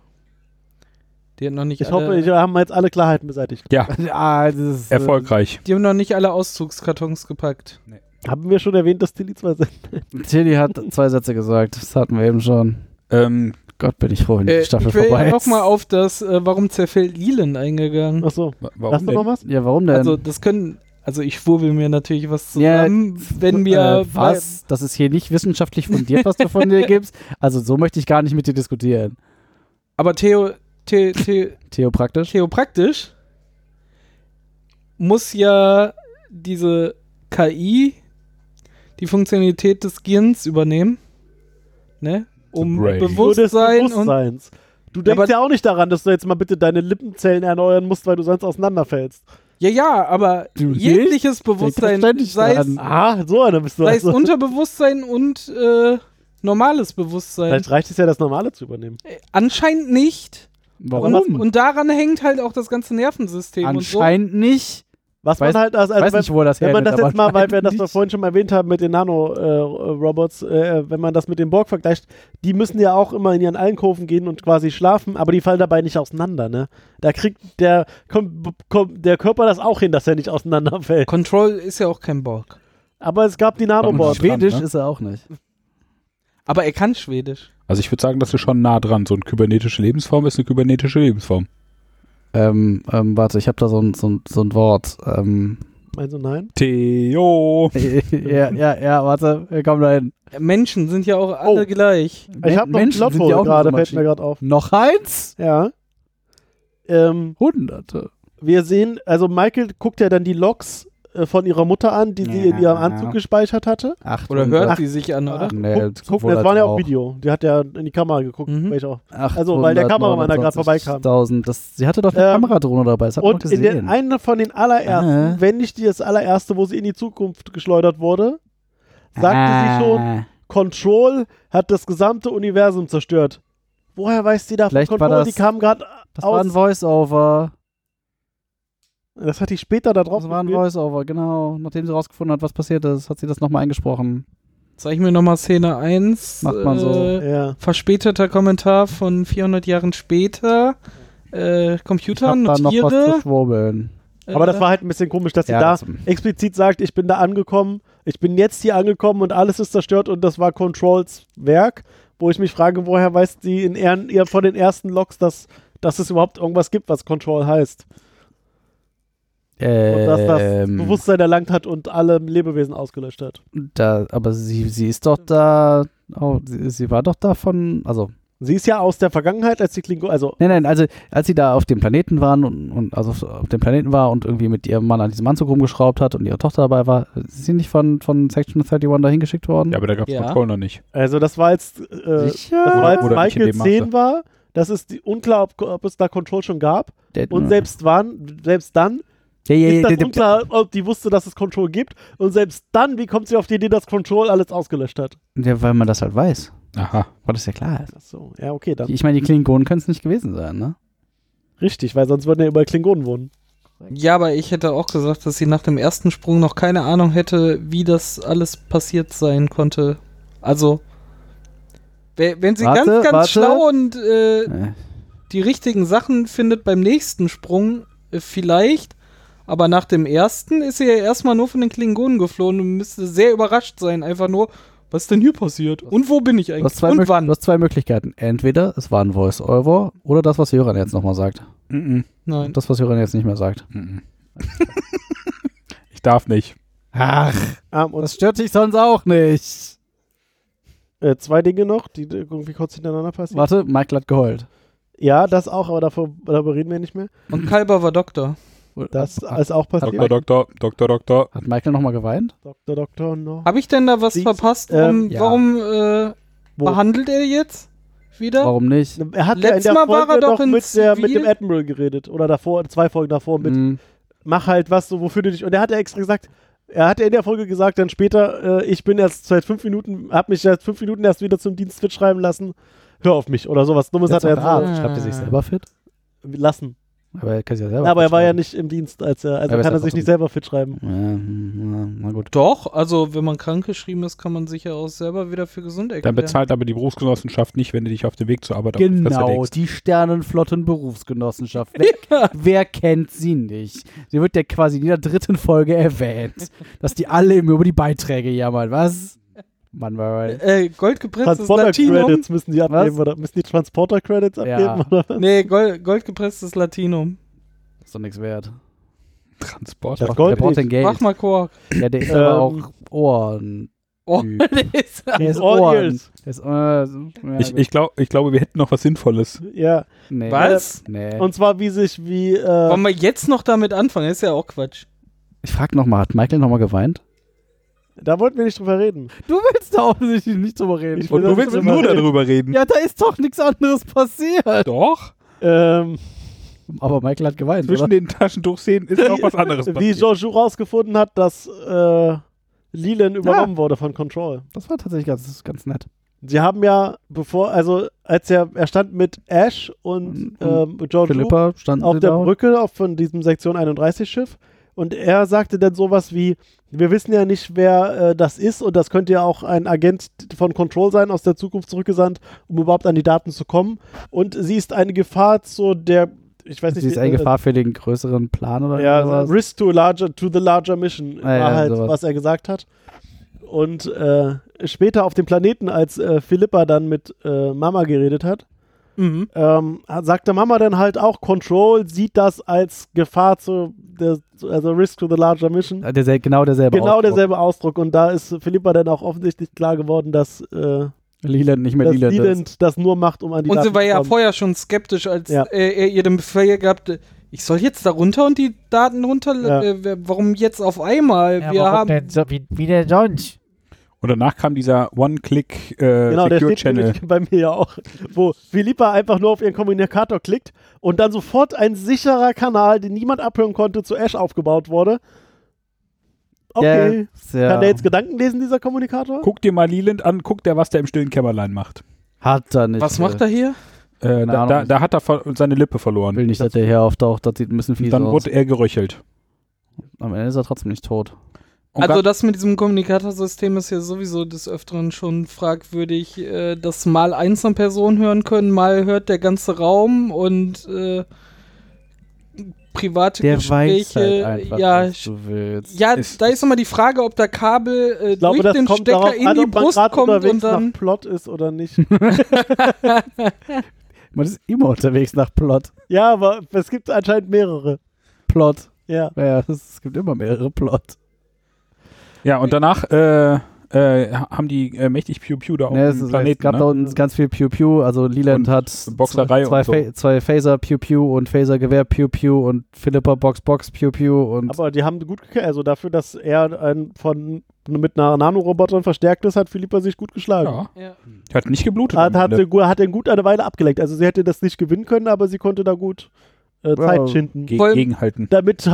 Speaker 6: Die haben noch nicht
Speaker 5: Ich
Speaker 6: alle,
Speaker 5: hoffe, wir haben jetzt alle Klarheiten beseitigt.
Speaker 4: Ja,
Speaker 2: ah, das
Speaker 5: äh,
Speaker 2: ist,
Speaker 4: erfolgreich.
Speaker 6: die haben noch nicht alle Auszugskartons gepackt.
Speaker 5: Haben wir schon erwähnt, dass Tilly zwei sind?
Speaker 2: Äh, Tilly hat zwei Sätze gesagt. Das hatten wir eben schon.
Speaker 4: Ähm,
Speaker 2: Gott, bin ich froh, wenn die
Speaker 6: Äh, ich
Speaker 2: Staffel
Speaker 6: will
Speaker 2: vorbei
Speaker 6: ja
Speaker 2: ist.
Speaker 6: auch mal auf das, äh, warum zerfällt Leland eingegangen.
Speaker 5: Achso.
Speaker 4: wa-
Speaker 5: Hast
Speaker 4: warum
Speaker 5: du noch
Speaker 4: denn?
Speaker 5: was?
Speaker 2: ja, warum denn?
Speaker 6: Also das können, also ich schwurbel mir natürlich was
Speaker 2: Ja,
Speaker 6: zusammen, wenn wir
Speaker 2: äh, was? Das ist hier nicht wissenschaftlich fundiert, was du von dir gibst. Also so möchte ich gar nicht mit dir diskutieren.
Speaker 6: Aber Theo, The, The,
Speaker 2: Theo praktisch.
Speaker 6: theopraktisch muss ja diese KI die Funktionalität des Gehirns übernehmen, ne? Um
Speaker 4: brain.
Speaker 5: Nur des
Speaker 6: Bewusstsein, und
Speaker 5: Bewusstseins. Du denkst
Speaker 6: aber-
Speaker 5: ja auch nicht daran, dass du jetzt mal bitte deine Lippenzellen erneuern musst, weil du sonst auseinanderfällst.
Speaker 6: ja ja, aber jegliches Bewusstsein,
Speaker 2: ständig
Speaker 6: sei es,
Speaker 2: dran.
Speaker 5: Ah, so einer bist du
Speaker 6: sei es
Speaker 5: also.
Speaker 6: Unterbewusstsein und äh, normales Bewusstsein.
Speaker 5: Vielleicht reicht es ja, das Normale zu übernehmen.
Speaker 6: Anscheinend nicht.
Speaker 2: Warum?
Speaker 6: Und, und daran hängt halt auch das ganze Nervensystem und so.
Speaker 2: Anscheinend nicht.
Speaker 5: Was
Speaker 2: Weiß-
Speaker 5: man halt als, als
Speaker 2: Weiß nicht, wo das
Speaker 5: Wenn
Speaker 2: her
Speaker 5: man das jetzt mal, weil wir das doch
Speaker 2: nicht.
Speaker 5: vorhin schon mal erwähnt haben mit den Nano-Robots, äh, wenn man das mit den Borg vergleicht, die müssen ja auch immer in ihren Alkoven gehen und quasi schlafen, aber die fallen dabei nicht auseinander, ne? Da kriegt der, kommt, b- kommt der Körper das auch hin, dass er nicht auseinanderfällt.
Speaker 6: Control ist ja auch kein Borg.
Speaker 5: Aber es gab die
Speaker 4: Boah,
Speaker 5: Nanobots.
Speaker 4: Schweden-
Speaker 2: Schwedisch
Speaker 4: dran, ne?
Speaker 2: ist er auch nicht.
Speaker 6: Aber er kann Schwedisch.
Speaker 4: Also ich würde sagen, das ist schon nah dran. So eine kybernetische Lebensform ist eine kybernetische Lebensform.
Speaker 2: Ähm, ähm, warte, ich habe da so ein, so ein, so ein Wort. Ähm,
Speaker 5: Also nein.
Speaker 4: Theo.
Speaker 2: ja, ja, ja, warte, wir kommen da hin.
Speaker 6: Menschen sind ja auch alle
Speaker 5: Oh.
Speaker 6: gleich.
Speaker 5: Ich habe noch einen
Speaker 2: Menschen sind ja
Speaker 5: Plotfall
Speaker 2: auch
Speaker 5: gerade,
Speaker 2: nur so
Speaker 5: fällt mir
Speaker 2: Maschinen.
Speaker 5: gerade auf.
Speaker 2: Noch eins?
Speaker 5: Ja. Ähm,
Speaker 2: Hunderte.
Speaker 5: wir sehen, also Michael guckt ja dann die Logs äh, von ihrer Mutter an, die sie in ihrem Anzug gespeichert hatte.
Speaker 2: Acht.
Speaker 6: Oder hört sie sich an, oder?
Speaker 5: Ach,
Speaker 2: Nee,
Speaker 5: guck, guck,
Speaker 2: wohl
Speaker 5: das war ja auch
Speaker 2: auch.
Speaker 5: Video. Die hat ja in die Kamera geguckt.
Speaker 6: Mhm.
Speaker 5: Weiß ich auch. Also, weil der Kameramann da gerade vorbeikam.
Speaker 2: 829.000. Das, sie hatte doch eine
Speaker 5: Ähm,
Speaker 2: Kameradrohne dabei, das hat man
Speaker 5: Und in der,
Speaker 2: gesehen.
Speaker 5: einer von den allerersten,
Speaker 2: Ah.
Speaker 5: wenn nicht die das allererste, wo sie in die Zukunft geschleudert wurde, sagte
Speaker 2: Ah,
Speaker 5: sie schon, Control hat das gesamte Universum zerstört. Woher weiß sie davon?
Speaker 2: Vielleicht war
Speaker 5: Control,
Speaker 2: das-
Speaker 5: die kam gerade
Speaker 2: Das war ein
Speaker 5: aus.
Speaker 2: Voice-Over.
Speaker 5: Das hatte ich später da drauf
Speaker 2: Das war ein
Speaker 5: gespielt.
Speaker 2: Voice-Over, genau. Nachdem sie rausgefunden hat, was passiert ist, hat sie das nochmal eingesprochen.
Speaker 6: Zeig mir nochmal Szene 1.
Speaker 2: Macht man so.
Speaker 5: Ja.
Speaker 6: Verspäteter Kommentar von 400 Jahren später. Äh,
Speaker 2: Ich
Speaker 6: Computer
Speaker 2: hab da noch was zu
Speaker 6: notiere.
Speaker 2: schwurbeln.
Speaker 5: Aber
Speaker 6: äh,
Speaker 5: das war halt ein bisschen komisch, dass sie
Speaker 2: Ja,
Speaker 5: da
Speaker 2: das-
Speaker 5: explizit sagt, ich bin da angekommen, ich bin jetzt hier angekommen und alles ist zerstört und das war Controls Werk, wo ich mich frage, woher weiß die in ihren, ihr von den ersten Logs, dass, dass es überhaupt irgendwas gibt, was Control heißt. Und dass das
Speaker 2: Ähm,
Speaker 5: Bewusstsein erlangt hat und alle Lebewesen ausgelöscht hat.
Speaker 2: da, aber sie, sie ist doch da. Oh, sie, sie war doch da von. Also,
Speaker 5: Sie ist ja aus der Vergangenheit, als die Klingo, also
Speaker 2: Nein, nein, also als sie da auf dem Planeten waren und, und also auf, auf dem Planeten war und irgendwie mit ihrem Mann an diesem Anzug rumgeschraubt hat und ihre Tochter dabei war, ist sie nicht von, von Section 31 dahin geschickt worden?
Speaker 4: Ja, aber da gab es
Speaker 6: Ja.
Speaker 4: Control noch nicht.
Speaker 5: also das war jetzt, äh, das
Speaker 2: Sicher?
Speaker 5: war jetzt
Speaker 4: Oder nicht in
Speaker 5: Michael
Speaker 4: dem Maße.
Speaker 5: 10 war, Das ist die, unklar, ob, ob es da Control schon gab.
Speaker 2: Der-
Speaker 5: Und selbst wann, selbst dann
Speaker 2: ja, ja,
Speaker 5: ist
Speaker 2: ja,
Speaker 5: das
Speaker 2: der-
Speaker 5: unklar, ob die wusste, dass es Control gibt. Und selbst dann, wie kommt sie auf die Idee, dass Control alles ausgelöscht hat?
Speaker 2: ja, weil man das halt weiß.
Speaker 4: Aha.
Speaker 2: Weil das ja klar ist.
Speaker 5: Ach so, ja, okay, dann.
Speaker 2: Ich meine, die Klingonen können es nicht gewesen sein, ne?
Speaker 5: Richtig, weil sonst würden ja überall Klingonen wohnen.
Speaker 6: Ja, aber ich hätte auch gesagt, dass sie nach dem ersten Sprung noch keine Ahnung hätte, wie das alles passiert sein konnte. Also, we- wenn sie
Speaker 2: Warte,
Speaker 6: ganz, ganz
Speaker 2: warte.
Speaker 6: schlau und äh,
Speaker 2: Äh,
Speaker 6: die richtigen Sachen findet beim nächsten Sprung äh, vielleicht, aber nach dem ersten ist sie ja erstmal nur von den Klingonen geflohen und müsste sehr überrascht sein, einfach nur, was ist denn hier passiert? Und wo bin ich
Speaker 2: Du hast,
Speaker 6: eigentlich?
Speaker 2: zwei
Speaker 6: Und
Speaker 2: Mög-
Speaker 6: wann?
Speaker 2: du hast zwei Möglichkeiten. Entweder es war ein Voice-Over oder das, was Jöran jetzt nochmal sagt.
Speaker 4: Mhm.
Speaker 6: Nein.
Speaker 2: Das, was Jöran jetzt nicht mehr sagt.
Speaker 4: Mhm. Ich darf nicht.
Speaker 2: Ach,
Speaker 5: Ähm, und
Speaker 2: das stört dich sonst auch nicht.
Speaker 5: äh, zwei Dinge noch, die irgendwie kurz hintereinander passieren.
Speaker 2: Warte, Michael hat geheult.
Speaker 5: Ja, das auch, aber davor, darüber reden wir nicht mehr.
Speaker 6: Und Kalber war Doktor.
Speaker 5: Das ist auch passiert.
Speaker 4: Doktor, Doktor, Doktor, Doktor.
Speaker 2: Hat Michael nochmal geweint?
Speaker 5: Doktor, Doktor, no.
Speaker 6: Habe ich denn da was
Speaker 5: Sie-
Speaker 6: verpasst?
Speaker 5: ähm,
Speaker 6: Warum, warum
Speaker 2: ja.
Speaker 6: äh,
Speaker 5: Wo?
Speaker 6: behandelt er jetzt wieder?
Speaker 2: Warum nicht?
Speaker 5: Er hat ja in
Speaker 6: Letztes
Speaker 5: der
Speaker 6: Mal war
Speaker 5: Folge
Speaker 6: er doch
Speaker 5: noch
Speaker 6: in
Speaker 5: mit, der, mit
Speaker 6: Zivil.
Speaker 5: dem Admiral geredet. Oder davor, zwei Folgen davor mit
Speaker 2: Mhm.
Speaker 5: mach halt was, so, wofür du dich. Und er hat ja extra gesagt, er hat ja in der Folge gesagt, dann später, äh, ich bin erst seit fünf Minuten, hab mich seit fünf Minuten erst wieder zum Dienst fit schreiben lassen. Hör auf mich oder sowas Dummes hat er jetzt
Speaker 2: Ah,
Speaker 5: auch
Speaker 2: schreibt er sich selber fit?
Speaker 5: lassen.
Speaker 2: Aber er kann sich ja selber
Speaker 5: Aber er war ja
Speaker 2: schreiben.
Speaker 5: nicht im Dienst, als er, also
Speaker 2: Aber ist
Speaker 5: kann er
Speaker 2: einfach
Speaker 5: sich
Speaker 2: so-
Speaker 5: nicht selber fit schreiben.
Speaker 2: Ja, na, na gut.
Speaker 6: Doch, also wenn man krankgeschrieben ist, kann man sich ja auch selber wieder für gesund
Speaker 4: Dann
Speaker 6: erklären.
Speaker 4: bezahlt aber die Berufsgenossenschaft nicht, wenn du dich auf dem Weg zur Arbeit auf die Fresse
Speaker 2: Genau,
Speaker 4: legst.
Speaker 2: die Sternenflottenberufsgenossenschaft. Wer, wer kennt sie nicht? Sie wird ja quasi in jeder dritten Folge erwähnt, dass die alle immer über die Beiträge jammern. Was? Mann, war war-
Speaker 6: äh, goldgepresstes Latinum.
Speaker 5: Transporter-Credits müssen die abgeben oder müssen die Transporter-Credits
Speaker 2: Ja.
Speaker 5: abgeben oder was?
Speaker 6: Nee, Gold, goldgepresstes Latinum.
Speaker 2: ist doch nichts wert.
Speaker 4: Transport.
Speaker 5: Das
Speaker 2: Der braucht-
Speaker 5: Gold
Speaker 2: der braucht
Speaker 5: nicht.
Speaker 2: denn Geld.
Speaker 6: Mach mal Kork.
Speaker 2: Ja, der ist aber
Speaker 5: Ähm.
Speaker 2: auch Ohren.
Speaker 6: Oh, der ist-
Speaker 2: Der ist
Speaker 5: All
Speaker 2: Ohren.
Speaker 5: ears.
Speaker 2: Der ist, äh, ja,
Speaker 4: Ich,
Speaker 2: gut.
Speaker 4: ich, glaub, ich glaube, wir hätten noch was Sinnvolles.
Speaker 5: Ja.
Speaker 2: nee.
Speaker 6: Was?
Speaker 2: Nee.
Speaker 5: Und zwar wie sich, wie, äh,
Speaker 6: Wollen wir jetzt noch damit anfangen? Ist ja auch Quatsch.
Speaker 2: ich frag nochmal, hat Michael nochmal geweint?
Speaker 5: da wollten wir nicht drüber reden.
Speaker 2: Du willst da offensichtlich nicht drüber reden.
Speaker 5: will
Speaker 4: Und du
Speaker 5: da
Speaker 4: willst
Speaker 5: nicht
Speaker 4: nur
Speaker 5: drüber reden.
Speaker 4: darüber reden.
Speaker 2: Ja, da ist doch nichts anderes passiert.
Speaker 4: Doch.
Speaker 5: Ähm,
Speaker 2: Aber Michael hat geweint,
Speaker 4: Zwischen
Speaker 2: oder?
Speaker 4: den Taschentuchszenen ist noch was anderes
Speaker 5: wie
Speaker 4: passiert.
Speaker 5: Jojo rausgefunden hat, dass äh, Leland übernommen wurde von Control.
Speaker 2: Das war tatsächlich ganz, ganz nett.
Speaker 5: Sie haben ja, bevor, also als er, er stand mit Ash und
Speaker 2: Und-
Speaker 5: ähm, George Luke
Speaker 2: Philippa stand
Speaker 5: auf
Speaker 2: sie
Speaker 5: der
Speaker 2: da und-
Speaker 5: Brücke auf, von diesem Sektion 31 Schiff und er sagte dann sowas wie, wir wissen ja nicht, wer äh, das ist und das könnte ja auch ein Agent von Control sein, aus der Zukunft zurückgesandt, um überhaupt an die Daten zu kommen und sie ist eine Gefahr zu der, ich weiß nicht, äh,
Speaker 2: Sie ist
Speaker 5: die-
Speaker 2: eine Gefahr für den größeren Plan oder
Speaker 5: ja,
Speaker 2: irgendwas?
Speaker 5: risk to larger to the larger mission
Speaker 2: Ah, ja,
Speaker 5: war halt,
Speaker 2: sowas.
Speaker 5: was er gesagt hat. Und äh, später auf dem Planeten, als äh, Philippa dann mit äh, Mama geredet hat,
Speaker 6: Mhm.
Speaker 5: ähm, hat- sagte Mama dann halt auch, Control sieht das als Gefahr zu, der, zu- also risk to the larger mission.
Speaker 2: Ah, derselbe- genau derselbe.
Speaker 5: Genau
Speaker 2: Ausdruck.
Speaker 5: derselbe Ausdruck. Und da ist Philippa dann auch offensichtlich klar geworden, dass, äh,
Speaker 2: Leland nicht mehr
Speaker 5: dass
Speaker 2: Leland. ist.
Speaker 5: Leland das nur macht, um an die
Speaker 6: Und
Speaker 5: Daten
Speaker 6: sie war ja
Speaker 5: zu kommen.
Speaker 6: vorher schon skeptisch, als
Speaker 5: Ja.
Speaker 6: äh, er ihr den Befehl gab, äh, ich soll jetzt da runter und die Daten runter.
Speaker 5: Ja.
Speaker 6: Äh, wer- warum jetzt auf einmal? Wir haben.
Speaker 2: wie, der sonst?
Speaker 4: Und danach kam dieser One-Click äh,
Speaker 5: Genau, der
Speaker 4: Secure
Speaker 5: steht
Speaker 4: Channel.
Speaker 5: nämlich bei mir ja auch, wo Philippa einfach nur auf ihren Kommunikator klickt und dann sofort ein sicherer Kanal, den niemand abhören konnte, zu Ash aufgebaut wurde. Okay.
Speaker 2: Sehr
Speaker 5: Kann der jetzt Gedanken lesen, dieser Kommunikator?
Speaker 4: Guck dir mal Leland an, guck dir, was der im stillen Kämmerlein macht.
Speaker 2: hat er nicht.
Speaker 6: was macht er hier?
Speaker 4: Äh, da,
Speaker 2: Ahnung.
Speaker 4: da, da hat er ver- seine Lippe
Speaker 2: Ich
Speaker 4: verloren.
Speaker 2: will nicht, dass der hier auftaucht. Das sieht ein bisschen fies
Speaker 4: Dann
Speaker 2: aus.
Speaker 4: wurde er geröchelt.
Speaker 2: Am Ende ist er trotzdem nicht tot.
Speaker 4: Und
Speaker 6: also
Speaker 4: dann-
Speaker 6: das mit diesem Kommunikatorsystem ist ja sowieso des Öfteren schon fragwürdig, äh, dass mal einzelne Personen hören können, mal hört der ganze Raum und äh, private
Speaker 2: Der weiß halt
Speaker 6: Gespräche.
Speaker 2: einfach,
Speaker 6: ja,
Speaker 2: was du willst.
Speaker 6: ja
Speaker 4: Ist-
Speaker 6: da ist immer die Frage, ob der Kabel äh,
Speaker 5: Ich glaube,
Speaker 6: durch
Speaker 5: das
Speaker 6: den
Speaker 5: kommt
Speaker 6: Stecker
Speaker 5: darauf
Speaker 6: in
Speaker 5: an,
Speaker 6: die
Speaker 5: ob man
Speaker 6: Brust
Speaker 5: gerade
Speaker 6: kommt und
Speaker 5: unterwegs
Speaker 6: dann
Speaker 5: nach Plot ist oder nicht.
Speaker 2: Man ist immer unterwegs nach Plot.
Speaker 5: ja, aber es gibt anscheinend mehrere.
Speaker 2: Plot.
Speaker 5: Ja.
Speaker 2: Ja, es gibt immer mehrere Plot.
Speaker 4: ja, und danach äh, äh, haben die äh, mächtig Pew Pew da auf
Speaker 2: Ne, es,
Speaker 4: dem
Speaker 2: ist- es
Speaker 4: Planeten.
Speaker 2: gab da
Speaker 4: Ne?
Speaker 2: unten ganz viel Pew Pew. Also Leland
Speaker 4: Und
Speaker 2: hat
Speaker 4: Boxerei
Speaker 2: zwei,
Speaker 4: und so.
Speaker 2: zwei, Fa- zwei Phaser Pew Pew und Phaser Gewehr Pew Pew und Philippa Box Box Pew Pew und
Speaker 5: Aber die haben gut gekämpft. Also dafür, dass er ein von mit einer Nanorobotern verstärkt ist, hat Philippa sich gut geschlagen.
Speaker 4: Ja.
Speaker 6: Ja.
Speaker 4: Hat nicht geblutet.
Speaker 5: Hat,
Speaker 4: am
Speaker 5: hat,
Speaker 2: ne?
Speaker 4: Ende.
Speaker 5: sie gu- hat ihn gut eine Weile abgelenkt. Also sie hätte das nicht gewinnen können, aber sie konnte da gut äh, Zeit
Speaker 2: Ja.
Speaker 5: schinden.
Speaker 4: Ge
Speaker 6: Voll-
Speaker 4: gegenhalten.
Speaker 5: Damit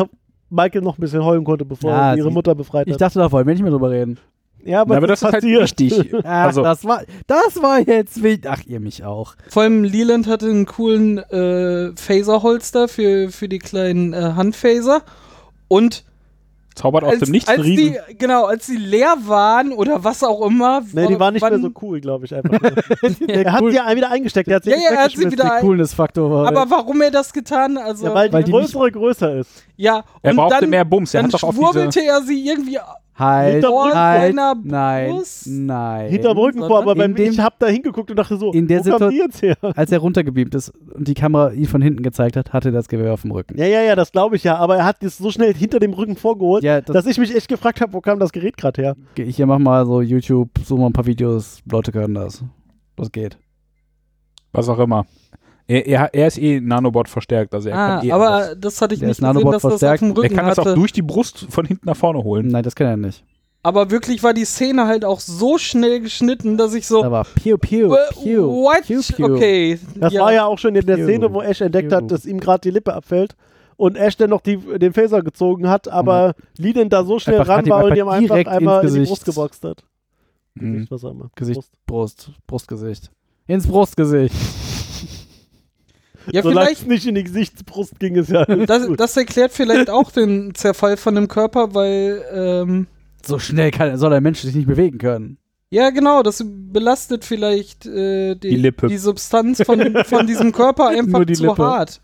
Speaker 5: Michael noch ein bisschen heulen konnte, bevor
Speaker 2: Ja,
Speaker 5: sie ihre
Speaker 2: sie-
Speaker 5: Mutter befreit
Speaker 2: Ich
Speaker 5: hat.
Speaker 2: dachte, da wollen wir nicht mehr drüber reden.
Speaker 5: ja,
Speaker 4: Na, aber das ist halt wichtig.
Speaker 2: Ach,
Speaker 4: Also-
Speaker 2: das war, das war jetzt wichtig. Ach, ihr mich auch.
Speaker 6: Vor allem Leland hatte einen coolen äh, Phaser-Holster für, für die kleinen äh, Handphaser. Und
Speaker 4: Zaubert aus
Speaker 6: als,
Speaker 4: dem Nichts
Speaker 6: als
Speaker 4: einen Riesen.
Speaker 6: die, genau, als die leer waren oder was auch immer.
Speaker 5: Nee, die war nicht
Speaker 6: wann-
Speaker 5: mehr so cool, glaube ich einfach. er hat sie ja wieder eingesteckt. Er hat sie
Speaker 6: Ja,
Speaker 5: nicht
Speaker 6: ja, er hat sie
Speaker 5: weggeschmissen.
Speaker 6: wieder ein-
Speaker 2: Coolness-Faktor war.
Speaker 6: Aber warum er das getan? Also,
Speaker 5: ja, weil,
Speaker 2: Weil
Speaker 5: die
Speaker 2: die nicht-
Speaker 5: größere größer ist.
Speaker 6: ja,
Speaker 4: Er
Speaker 6: und
Speaker 4: brauchte
Speaker 6: dann,
Speaker 4: mehr Bums. Er
Speaker 6: dann
Speaker 4: hat doch auf diese.
Speaker 6: schwurbelte er sie irgendwie
Speaker 2: halt,
Speaker 5: Hinterbrust
Speaker 2: halt,
Speaker 6: seiner
Speaker 2: nein,
Speaker 6: Brust.
Speaker 2: nein.
Speaker 5: Hinterm Rücken vor, aber
Speaker 2: Äh, in
Speaker 5: beim,
Speaker 2: dem-
Speaker 5: ich habe da hingeguckt und dachte so,
Speaker 2: in der
Speaker 5: wo kommen
Speaker 2: Situa-
Speaker 5: die jetzt her?
Speaker 2: Als er runtergebeamt ist und die Kamera ihn von hinten gezeigt hat, hatte er das Gewehr auf dem Rücken.
Speaker 5: Ja, ja, ja, das glaube ich ja, aber er hat das so schnell hinter dem Rücken vorgeholt,
Speaker 2: Ja, das-
Speaker 5: dass ich mich echt gefragt habe, wo kam das Gerät gerade her?
Speaker 2: Ich hier mach mal so YouTube, such mal ein paar Videos, Leute können das. Das geht.
Speaker 4: Was auch immer. Er, er, er ist eh Nanobot verstärkt. Also er
Speaker 6: Ah,
Speaker 4: kann eh
Speaker 6: aber
Speaker 4: alles.
Speaker 6: das hatte ich
Speaker 2: Der
Speaker 6: nicht
Speaker 2: ist
Speaker 6: gesehen,
Speaker 2: Nanobot
Speaker 6: dass das auf
Speaker 2: verstärkt.
Speaker 6: dem
Speaker 4: er
Speaker 6: Rücken
Speaker 4: kann das auch
Speaker 6: hatte.
Speaker 4: durch die Brust von hinten nach vorne holen.
Speaker 2: Nein, das kann er nicht.
Speaker 6: Aber wirklich war die Szene halt auch so schnell geschnitten, dass ich so.
Speaker 2: Aber Piu, Piu,
Speaker 6: Wha-
Speaker 2: Piu,
Speaker 6: Oh. Äh, what?
Speaker 2: Piu, Piu.
Speaker 6: Okay.
Speaker 5: Das war ja auch schon in der
Speaker 2: Ew.
Speaker 5: Szene, wo Ash entdeckt hat,
Speaker 2: Ew.
Speaker 5: dass ihm gerade die Lippe abfällt und Ash dann noch die, den Phaser gezogen hat, aber Liden da so schnell
Speaker 2: Mhm. Einfach- hat
Speaker 5: ran
Speaker 2: ihm
Speaker 5: war und
Speaker 2: einfach
Speaker 5: ihm einfach
Speaker 2: direkt
Speaker 5: einmal in
Speaker 2: ins
Speaker 5: die
Speaker 2: Gesicht.
Speaker 5: Brust geboxt hat.
Speaker 4: Mhm.
Speaker 5: Was auch immer.
Speaker 2: Gesicht.
Speaker 5: Brust.
Speaker 2: Brust, Brustgesicht. Ins Brustgesicht.
Speaker 6: ja
Speaker 5: Solange
Speaker 6: vielleicht
Speaker 5: es nicht in die Gesichtsbrust ging, ist ja alles
Speaker 6: Das,
Speaker 5: gut.
Speaker 6: das erklärt vielleicht auch den Zerfall von dem Körper, weil, ähm,
Speaker 2: So schnell kann, soll ein Mensch sich nicht bewegen können.
Speaker 6: ja genau, das belastet vielleicht äh, die,
Speaker 4: Die Lippe.
Speaker 6: die Substanz von, von diesem Körper einfach
Speaker 2: Nur die
Speaker 6: zu
Speaker 2: Lippe.
Speaker 6: hart.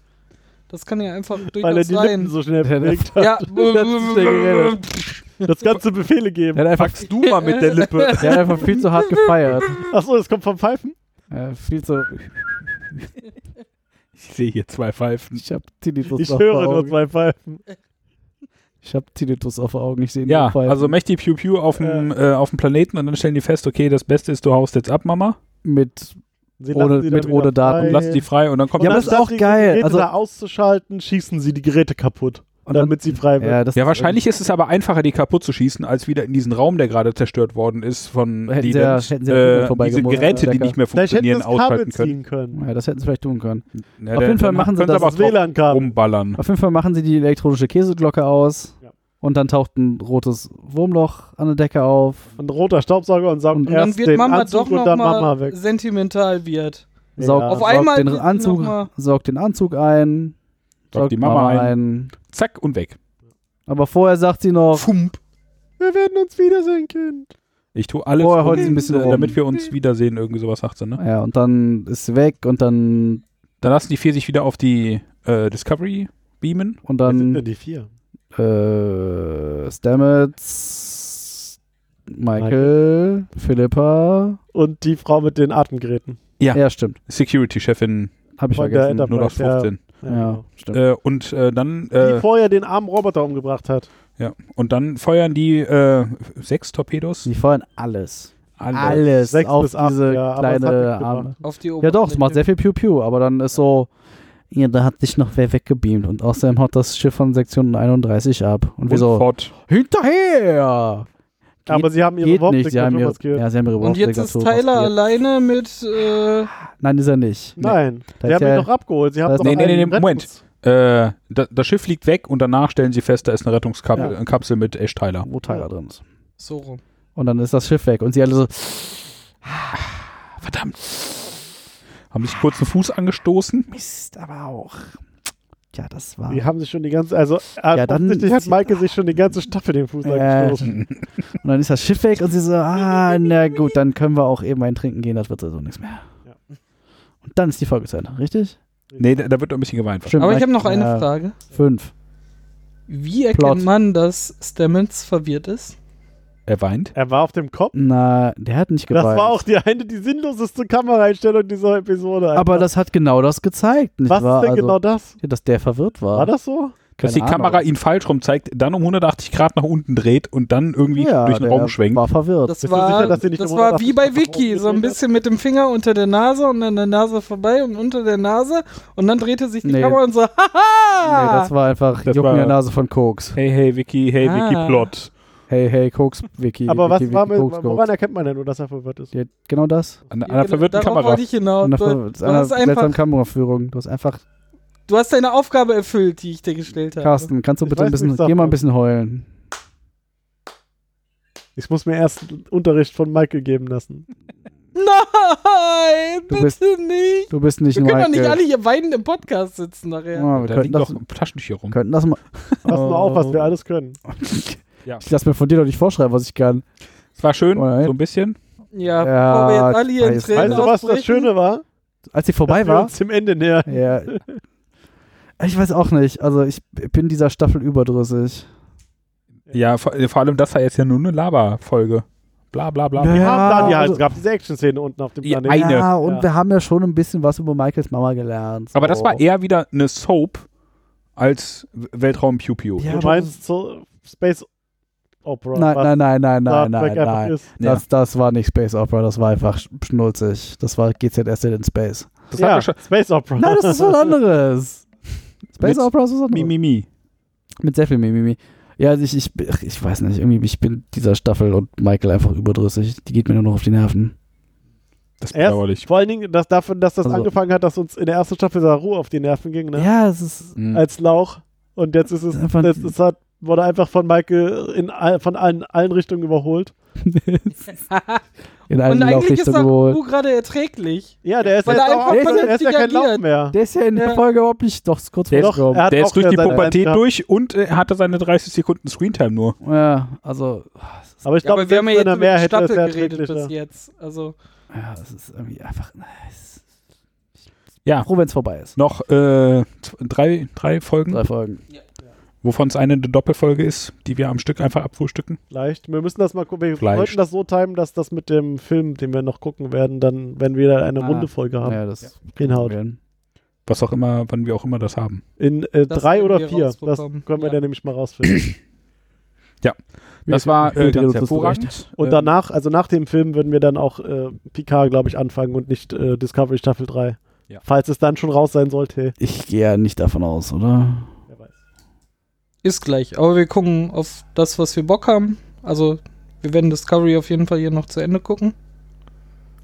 Speaker 6: Das kann ja einfach
Speaker 5: Weil er
Speaker 6: durchaus
Speaker 5: die Lippen
Speaker 6: sein.
Speaker 5: so schnell
Speaker 2: Ja,
Speaker 5: bewegt hat.
Speaker 6: Ja,
Speaker 5: Das ganze Befehle geben.
Speaker 2: Er hat einfach,
Speaker 4: Packst du mal mit der Lippe.
Speaker 2: der hat einfach viel zu hart gefeiert.
Speaker 5: Achso, das kommt vom Pfeifen?
Speaker 2: Äh, viel zu.
Speaker 4: Ich sehe hier zwei Pfeifen.
Speaker 2: Ich hab Tinnitus
Speaker 5: Ich
Speaker 2: auf
Speaker 5: höre
Speaker 2: der
Speaker 5: nur
Speaker 2: Augen.
Speaker 5: zwei Pfeifen.
Speaker 2: Ich hab Tinnitus auf den Augen, ich sehe
Speaker 4: Ja, also mächtig Pew Pew auf dem, äh, auf dem Planeten und dann stellen die fest, okay, das Beste ist, du haust jetzt ab, Mama.
Speaker 2: mit
Speaker 5: Sie
Speaker 2: Ohne-
Speaker 5: lassen sie dann
Speaker 2: mit
Speaker 5: wieder
Speaker 2: ohne Daten.
Speaker 5: frei.
Speaker 4: Lass die frei und dann kommt
Speaker 5: Und
Speaker 2: Ja, aber
Speaker 5: dann
Speaker 2: das ist
Speaker 5: statt
Speaker 2: auch
Speaker 5: die
Speaker 2: geil.
Speaker 5: Geräte
Speaker 2: Also-
Speaker 5: da auszuschalten, schießen sie die Geräte kaputt, damit sie frei wird.
Speaker 2: ja, äh, das
Speaker 4: Ja, wahrscheinlich ist es aber einfacher, die kaputt zu schießen, als wieder in diesen Raum, der gerade zerstört worden ist, von
Speaker 2: Hätten
Speaker 4: die
Speaker 2: sie ja-
Speaker 4: dann, äh,
Speaker 2: hätten sie ja früher
Speaker 4: diese
Speaker 2: vorbeigemusst,
Speaker 4: Geräte, die
Speaker 2: Stecker.
Speaker 4: nicht mehr
Speaker 5: Vielleicht hätten sie
Speaker 4: funktionieren,
Speaker 5: das Kabel
Speaker 4: ausschalten können.
Speaker 5: ziehen können.
Speaker 2: Ja, das hätten sie vielleicht tun können.
Speaker 4: Ja,
Speaker 2: Auf
Speaker 4: der-
Speaker 2: jeden Fall
Speaker 4: dann
Speaker 2: machen sie
Speaker 4: können
Speaker 2: das
Speaker 4: aber
Speaker 5: Das
Speaker 4: drauf
Speaker 5: WLAN-Kabel.
Speaker 4: rumballern.
Speaker 2: Auf jeden Fall machen sie die elektronische Käseglocke aus
Speaker 5: Ja.
Speaker 2: und dann taucht ein rotes Wurmloch an der Decke auf,
Speaker 5: Ein roter Staubsauger und sagen
Speaker 2: Und
Speaker 6: Und dann
Speaker 5: erst
Speaker 6: wird
Speaker 5: den
Speaker 6: Mama
Speaker 5: Anzug
Speaker 6: doch
Speaker 5: und dann
Speaker 6: nochmal
Speaker 5: Mama weg.
Speaker 6: sentimental wird.
Speaker 2: saugt,
Speaker 5: Ja.
Speaker 6: Auf
Speaker 2: saugt
Speaker 6: einmal
Speaker 2: den
Speaker 6: wird
Speaker 2: Anzug,
Speaker 6: noch mal-
Speaker 2: saugt den Anzug ein,
Speaker 4: Saugt die Mama ein. Zack und weg.
Speaker 2: Aber vorher sagt sie noch,
Speaker 6: Fump.
Speaker 5: Wir werden uns wiedersehen, Kind.
Speaker 4: Ich tue alles,
Speaker 2: Vorher
Speaker 4: um-
Speaker 2: heult sie ein bisschen
Speaker 4: äh,
Speaker 2: rum.
Speaker 4: damit wir uns wiedersehen, irgendwie sowas sagt sie, ne?
Speaker 2: ja, und dann ist sie weg und dann
Speaker 4: Dann lassen die vier sich wieder auf die äh, Discovery beamen.
Speaker 2: und
Speaker 5: Wer sind denn
Speaker 2: dann
Speaker 5: die vier?
Speaker 2: äh, Stamets, Michael, Philippa,
Speaker 5: Und die Frau mit den Atemgeräten.
Speaker 4: Ja.
Speaker 2: ja, stimmt,
Speaker 4: Security-Chefin
Speaker 2: hab ich
Speaker 5: Von der genau.
Speaker 2: vergessen.
Speaker 5: Enterprise.
Speaker 4: 0815.
Speaker 2: Ja, stimmt.
Speaker 4: Äh, und äh, dann
Speaker 5: genau. Die
Speaker 4: äh,
Speaker 5: vorher den armen Roboter umgebracht hat.
Speaker 4: ja. und dann feuern die äh, sechs Torpedos.
Speaker 2: Sie feuern alles.
Speaker 4: Alle.
Speaker 2: Alles
Speaker 5: Sechs
Speaker 2: auf
Speaker 5: bis acht,
Speaker 2: diese
Speaker 5: ja, aber es hat
Speaker 2: kleine
Speaker 5: nichts gebracht.
Speaker 2: Arme.
Speaker 6: Auf die
Speaker 2: Ja doch, es
Speaker 6: Oberfläche.
Speaker 2: macht sehr viel Piu Piu, aber dann ist so, ja, da hat sich noch wer weggebeamt und außerdem haut das Schiff von Sektion 31 ab. Und
Speaker 4: Und
Speaker 2: wir so,
Speaker 4: fort.
Speaker 2: hinterher! Geht-
Speaker 5: Aber sie haben ihre
Speaker 2: Geht nicht, sie haben, ihre,
Speaker 5: maskiert.
Speaker 2: ja, sie haben ihre
Speaker 6: Und jetzt ist
Speaker 2: Wurfdekoration
Speaker 6: Tyler
Speaker 2: maskiert.
Speaker 6: alleine mit, äh,
Speaker 2: Nein, ist er nicht.
Speaker 5: Nein,
Speaker 2: Da
Speaker 5: sie
Speaker 2: ist
Speaker 5: haben ihn
Speaker 2: ja-
Speaker 5: doch abgeholt. Sie haben
Speaker 2: da ist-
Speaker 5: doch
Speaker 4: Nee, nee, nee,
Speaker 5: einen
Speaker 4: nee, Moment.
Speaker 5: Rettungs-
Speaker 4: Äh, da, das Schiff fliegt weg und danach stellen sie fest, da ist eine Rettungskapsel
Speaker 2: Ja.
Speaker 4: eine Kapsel mit Ash Tyler.
Speaker 2: Wo Tyler drin ist.
Speaker 6: so rum.
Speaker 2: Und dann ist das Schiff weg und sie alle so,
Speaker 4: Verdammt. Haben sich kurz einen Fuß angestoßen.
Speaker 2: Mist, aber auch. Ja, das war.
Speaker 5: Die haben sich schon die ganze, also
Speaker 2: Ja, dann-
Speaker 5: offensichtlich hat Michael sich schon die ganze Staffel den Fuß
Speaker 2: Äh.
Speaker 5: angestoßen.
Speaker 2: Und dann ist das Schiff weg und sie so, ah, na gut, dann können wir auch eben ein Trinken gehen, das wird sowieso nichts mehr.
Speaker 5: Ja.
Speaker 2: Und dann ist die Folge zu Ende, richtig?
Speaker 4: Nee, da, da wird ein bisschen geweint.
Speaker 2: Stimmt,
Speaker 6: Aber ich habe noch
Speaker 2: vielleicht,
Speaker 6: eine
Speaker 2: äh,
Speaker 6: Frage.
Speaker 2: Fünf.
Speaker 6: Wie erkennt
Speaker 2: Plot.
Speaker 6: man, dass Stamets verwirrt ist?
Speaker 4: Er weint.
Speaker 5: Er war auf dem Kopf.
Speaker 2: Na, der hat nicht
Speaker 5: Das
Speaker 2: geweint.
Speaker 5: war auch die eine, die sinnloseste Kameraeinstellung dieser Episode. einfach.
Speaker 2: Aber das hat genau das gezeigt, nicht
Speaker 5: Was
Speaker 2: wahr?
Speaker 5: ist denn
Speaker 2: also,
Speaker 5: genau das?
Speaker 2: ja, dass der verwirrt war.
Speaker 5: War das so?
Speaker 4: Dass die
Speaker 2: Keine Ahnung.
Speaker 4: Kamera ihn falsch rum zeigt, dann um 180 Grad nach unten dreht und dann irgendwie
Speaker 2: ja,
Speaker 4: durch den
Speaker 2: der
Speaker 4: Raum schwenkt.
Speaker 2: war verwirrt.
Speaker 6: Das
Speaker 5: Bist du
Speaker 6: war,
Speaker 5: sicher, dass sie nicht
Speaker 6: das
Speaker 5: nur
Speaker 6: war
Speaker 5: 180
Speaker 6: wie bei
Speaker 5: Grad
Speaker 6: Vicky, so ein
Speaker 5: rumgedreht
Speaker 6: bisschen mit dem Finger unter der Nase und an der Nase vorbei und unter der Nase und dann drehte sich die
Speaker 2: Nee.
Speaker 6: Kamera und so,
Speaker 2: nee,
Speaker 6: haha!
Speaker 2: das war einfach
Speaker 4: Das
Speaker 2: Jucken
Speaker 4: war-
Speaker 2: in der Nase von Koks.
Speaker 4: Hey, hey, Vicky, hey,
Speaker 6: Ah.
Speaker 4: Vicky, Plot.
Speaker 2: Hey, hey, Koks, Wiki.
Speaker 5: Aber was
Speaker 2: Wiki, Wiki,
Speaker 5: war mit,
Speaker 2: Koks,
Speaker 5: woran
Speaker 2: Koks.
Speaker 5: erkennt man denn, nur dass er verwirrt ist?
Speaker 2: Ja, genau das.
Speaker 4: An, an einer verwirrten
Speaker 6: Darauf
Speaker 4: Kamera.
Speaker 6: wollte ich hinaus.
Speaker 2: Und nach
Speaker 6: Oh, Du, du,
Speaker 2: einer
Speaker 6: hast einfach,
Speaker 2: seltsamen Kameraführung. Du hast einfach,
Speaker 6: du hast deine Aufgabe erfüllt, die ich dir gestellt habe.
Speaker 2: Carsten, kannst du
Speaker 5: Ich
Speaker 2: bitte ein
Speaker 5: weiß
Speaker 2: bisschen,
Speaker 5: nicht, sag
Speaker 2: geh mal
Speaker 5: mal.
Speaker 2: ein bisschen heulen.
Speaker 5: Ich muss mir erst Unterricht von Michael geben lassen.
Speaker 6: Nein,
Speaker 2: Du
Speaker 6: bitte
Speaker 2: bist-
Speaker 6: nicht.
Speaker 2: Du bist nicht
Speaker 6: Wir können doch nicht
Speaker 2: Michael.
Speaker 6: alle hier weinend im Podcast sitzen nachher.
Speaker 2: Ja, wir
Speaker 4: Da liegen
Speaker 2: könnten
Speaker 4: doch
Speaker 2: das,
Speaker 4: Taschentücher rum.
Speaker 2: könnten das mal.
Speaker 5: Pass mal auf,
Speaker 2: Oh.
Speaker 5: was wir alles können.
Speaker 2: Ich lass mir von dir doch nicht vorschreiben, was ich kann.
Speaker 4: Es war schön,
Speaker 2: Oh nein.
Speaker 4: so ein bisschen.
Speaker 6: Ja,
Speaker 2: Ja,
Speaker 6: bevor wir jetzt alle hier in
Speaker 2: weiß-
Speaker 6: Tränen
Speaker 5: Weißt du, was das
Speaker 6: ausbrechen?
Speaker 5: Schöne war?
Speaker 2: Als sie vorbei
Speaker 5: Dass wir
Speaker 2: war.
Speaker 5: uns dem Ende näher.
Speaker 2: Ja. Ich weiß auch nicht. Also ich bin dieser Staffel überdrüssig.
Speaker 4: Ja, vor, vor allem, das war jetzt ja nur eine Laber-Folge. Bla, bla, bla.
Speaker 2: Ja,
Speaker 5: Wir haben da die halt,
Speaker 2: also-
Speaker 5: es gab diese Action-Szene unten auf dem
Speaker 4: Ja,
Speaker 5: Planeten.
Speaker 4: eine.
Speaker 2: Ja, und
Speaker 5: Ja.
Speaker 2: wir haben ja schon ein bisschen was über Michaels Mama gelernt.
Speaker 4: Aber das
Speaker 2: So.
Speaker 4: war eher wieder eine Soap als Weltraum-Pew-Pew.
Speaker 2: Ja,
Speaker 5: Du
Speaker 2: aber-
Speaker 5: meinst so Space Opera.
Speaker 2: Nein,
Speaker 5: was
Speaker 2: nein, nein, nein,
Speaker 5: Star
Speaker 2: nein, nein,
Speaker 5: Trek einfach
Speaker 2: nein.
Speaker 5: Ist.
Speaker 4: Ja.
Speaker 2: Das, das war nicht Space Opera, das war einfach sch- schnulzig. Das war GZSZ in Space.
Speaker 4: Das
Speaker 5: ja,
Speaker 4: hat ja schon.
Speaker 5: Space Opera.
Speaker 2: Nein, das ist was anderes. Space
Speaker 4: Mit
Speaker 2: Opera ist was anderes.
Speaker 4: Mimimi.
Speaker 2: Mit sehr viel Mimimi. Ja, also ich, ich, ach, ich weiß nicht, irgendwie, ich bin dieser Staffel und Michael einfach überdrüssig. Die geht mir nur noch auf die Nerven.
Speaker 4: Das ist
Speaker 5: Erst,
Speaker 4: bedauerlich.
Speaker 5: vor allen Dingen, dass, davon, dass das
Speaker 2: Also-
Speaker 5: angefangen hat, dass uns in der ersten Staffel Saru auf die Nerven ging, ne?
Speaker 2: Ja, es ist.
Speaker 4: Mhm.
Speaker 5: als Lauch. Und jetzt ist es,
Speaker 2: Einfach-
Speaker 5: jetzt ist halt, wurde einfach von Michael in, all- von allen, allen Richtungen überholt.
Speaker 2: in
Speaker 6: Und
Speaker 2: einen
Speaker 6: eigentlich ist
Speaker 2: Laufrichter
Speaker 6: Saru
Speaker 2: geholt.
Speaker 6: gerade erträglich.
Speaker 5: Ja, der ist
Speaker 6: Weil
Speaker 5: jetzt
Speaker 6: er einfach
Speaker 5: auch, der ist ja
Speaker 6: vernünftig
Speaker 5: kein Lauch
Speaker 6: agiert.
Speaker 5: mehr.
Speaker 2: Der ist ja in der
Speaker 6: Ja.
Speaker 2: Folge überhaupt nicht. Doch, ist kurz
Speaker 4: Der ist-
Speaker 2: vorgekommen.
Speaker 5: er hat
Speaker 4: Der
Speaker 5: auch
Speaker 4: ist durch
Speaker 5: wieder
Speaker 4: die
Speaker 5: seine
Speaker 4: Pubertät
Speaker 5: Zeit
Speaker 4: durch und äh, hatte seine 30 Sekunden Screentime nur.
Speaker 2: Ja, also,
Speaker 5: gehabt. Aber ich
Speaker 6: Ja,
Speaker 5: glaube,
Speaker 6: aber wir haben ja
Speaker 5: wenn
Speaker 6: jetzt
Speaker 5: er
Speaker 6: über
Speaker 5: mehr
Speaker 6: die
Speaker 5: hätte,
Speaker 6: Staffel
Speaker 5: wäre
Speaker 6: geredet
Speaker 5: es
Speaker 6: bis
Speaker 5: wirklich
Speaker 6: jetzt. Also,
Speaker 2: ja, es ist irgendwie einfach. Es
Speaker 4: Ja.
Speaker 2: Froh, wenn es vorbei ist.
Speaker 4: Noch äh, z- drei, drei Folgen,
Speaker 2: Drei Folgen.
Speaker 4: wovon es eine Doppelfolge ist, die wir am Stück einfach abfrühstücken.
Speaker 5: leicht. Wir müssen das mal gucken. Wir
Speaker 4: Leicht.
Speaker 5: sollten das so timen, dass das mit dem Film, den wir noch gucken werden, dann, wenn wir da eine
Speaker 2: Ah.
Speaker 5: runde Folge haben,
Speaker 2: Ja, das
Speaker 5: hinhaut.
Speaker 4: Was auch immer, wann wir auch immer das haben.
Speaker 5: In äh,
Speaker 6: Das
Speaker 5: drei
Speaker 6: werden
Speaker 5: oder
Speaker 6: wir
Speaker 5: vier. Das
Speaker 6: rausbekommen.
Speaker 5: können wir
Speaker 6: Ja.
Speaker 5: dann nämlich mal rausfinden.
Speaker 4: Das war äh,
Speaker 2: Julia,
Speaker 4: ganz
Speaker 2: du hast
Speaker 4: hervorragend.
Speaker 5: Und
Speaker 4: Ähm,
Speaker 5: danach, also nach dem Film, würden wir dann auch äh, Picard, glaube ich, anfangen und nicht äh, Discovery Staffel 3.
Speaker 4: Ja.
Speaker 5: Falls es dann schon raus sein sollte.
Speaker 2: Ich gehe ja nicht davon aus, oder?
Speaker 5: Wer weiß.
Speaker 6: ist gleich. Aber wir gucken auf das, was wir Bock haben. Also, wir werden Discovery auf jeden Fall hier noch zu Ende gucken.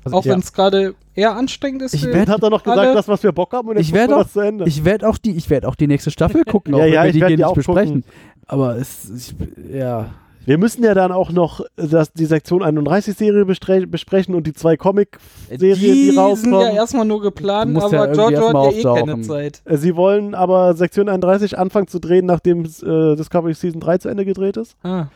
Speaker 2: Also,
Speaker 6: auch
Speaker 2: ja.
Speaker 6: wenn es gerade eher anstrengend ist.
Speaker 2: Ich
Speaker 6: für-
Speaker 2: werd-
Speaker 5: Hat er noch gesagt,
Speaker 6: Alle-
Speaker 5: das, was wir Bock haben, und jetzt
Speaker 2: Ich
Speaker 5: gucken
Speaker 2: werd
Speaker 5: wir
Speaker 2: auch-
Speaker 5: das zu Ende.
Speaker 2: Ich werde auch die, ich werde auch die nächste Staffel gucken, auch
Speaker 5: Ja,
Speaker 2: wenn
Speaker 5: ja,
Speaker 2: wir
Speaker 5: ich
Speaker 2: die
Speaker 5: werd
Speaker 2: hier
Speaker 5: die
Speaker 2: nicht
Speaker 5: auch
Speaker 2: besprechen. Aber es, ich, ja,
Speaker 5: wir müssen ja dann auch noch äh, das, die Sektion 31-Serie bestre- besprechen und die zwei Comic-Serien, die,
Speaker 6: die sind ja
Speaker 5: rauskommen.
Speaker 6: erstmal nur geplant,
Speaker 2: Du musst
Speaker 6: aber
Speaker 2: ja irgendwie
Speaker 6: Giorgio hat ja eh
Speaker 2: erstmal
Speaker 6: keine
Speaker 2: auftauchen.
Speaker 6: Zeit.
Speaker 5: Äh, Sie wollen aber Sektion 31 anfangen zu drehen, nachdem äh, Discovery Season 3 zu Ende gedreht ist.
Speaker 6: Ah.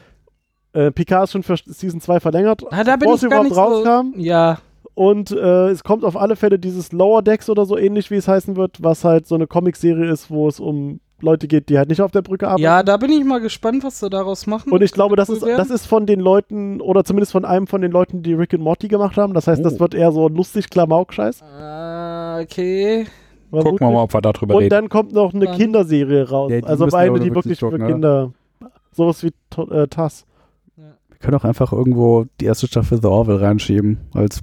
Speaker 5: Äh, Picard ist schon für Season 2 verlängert,
Speaker 6: Ah, da bin
Speaker 5: bevor
Speaker 6: ich
Speaker 5: sie
Speaker 6: gar nicht
Speaker 5: überhaupt rauskam.
Speaker 6: so. Ja,
Speaker 5: Und äh, es kommt auf alle Fälle dieses Lower Decks oder so ähnlich, wie es heißen wird, was halt so eine Comicserie ist, wo es um Leute geht, die halt nicht auf der Brücke arbeiten.
Speaker 6: ja, da bin ich mal gespannt, was sie daraus machen.
Speaker 5: Und ich glaube, das
Speaker 6: Cool
Speaker 5: ist,
Speaker 6: werden.
Speaker 5: das ist von den Leuten, oder zumindest von einem von den Leuten, die Rick and Morty gemacht haben. Das heißt, das
Speaker 4: Oh.
Speaker 5: wird eher so lustig Klamauk-Scheiß.
Speaker 6: Ah, okay.
Speaker 4: Gucken wir mal, ob wir darüber
Speaker 5: Und
Speaker 4: reden.
Speaker 5: dann kommt noch eine
Speaker 6: Dann-
Speaker 5: Kinderserie raus.
Speaker 2: Ja, die
Speaker 5: also
Speaker 2: müssen wir
Speaker 5: eine,
Speaker 2: aber
Speaker 5: die wirklich
Speaker 2: wirklich
Speaker 5: für
Speaker 2: gucken,
Speaker 5: Kinder. Sowas wie To- äh, Tass.
Speaker 2: wir können auch einfach irgendwo die erste Staffel The Orville reinschieben als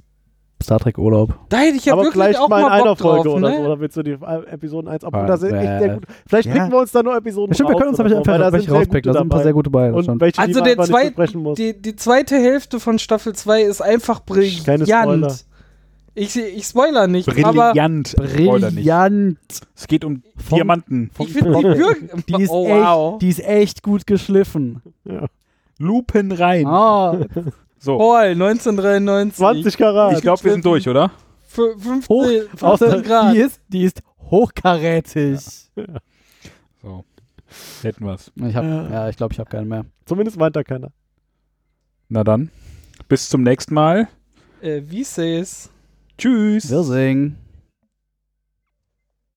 Speaker 2: Star Trek Urlaub.
Speaker 6: Da hätte ich ja
Speaker 5: aber
Speaker 6: wirklich
Speaker 5: gleich
Speaker 6: auch
Speaker 5: mal in
Speaker 6: mal
Speaker 5: einer
Speaker 6: Bock
Speaker 5: Folge
Speaker 6: drauf,
Speaker 5: oder
Speaker 6: ne?
Speaker 5: so. Oder willst du die äh, Episoden 1 ab?
Speaker 2: Ah,
Speaker 5: Das ist echt
Speaker 2: äh,
Speaker 5: sehr gut. Vielleicht
Speaker 2: ja.
Speaker 5: picken wir uns da nur Episoden
Speaker 2: Stimmt, wir können uns
Speaker 5: raus
Speaker 2: nämlich
Speaker 5: oder so,
Speaker 2: einfach
Speaker 5: weil da
Speaker 2: welche
Speaker 5: sind sehr
Speaker 2: rauspicken.
Speaker 5: gute
Speaker 2: Da sind ein paar
Speaker 5: dabei.
Speaker 2: sehr gute bei.
Speaker 5: Und
Speaker 2: schon.
Speaker 5: welche,
Speaker 6: Also der
Speaker 5: die man einfach
Speaker 6: zweite-
Speaker 5: nicht besprechen muss.
Speaker 6: Die, die zweite Hälfte von Staffel 2 ist einfach brillant.
Speaker 5: Keine Spoiler.
Speaker 6: Ich, ich spoiler nicht, aber
Speaker 4: Brillant. Oder nicht.
Speaker 2: Brillant.
Speaker 4: Es geht um
Speaker 2: Vom-
Speaker 4: Diamanten.
Speaker 6: ich finde die wirklich.
Speaker 2: Die ist,
Speaker 6: oh,
Speaker 2: echt,
Speaker 6: wow.
Speaker 2: die ist echt gut geschliffen.
Speaker 4: Lupen rein.
Speaker 2: Ah,
Speaker 4: So,
Speaker 6: Paul, 1993.
Speaker 5: 20
Speaker 2: Oh,
Speaker 5: Karat.
Speaker 4: ich glaube, wir sind durch, oder?
Speaker 6: F- 15, 15
Speaker 2: außer,
Speaker 6: Grad.
Speaker 2: die ist, die ist hochkarätig.
Speaker 4: So. Hätten wir's.
Speaker 2: Ich hab, ja, ich glaube, ich habe keinen mehr.
Speaker 5: Zumindest meint da keiner.
Speaker 4: Na dann. Bis zum nächsten Mal.
Speaker 6: Äh, wie says?
Speaker 4: Tschüss.
Speaker 2: Wirsing.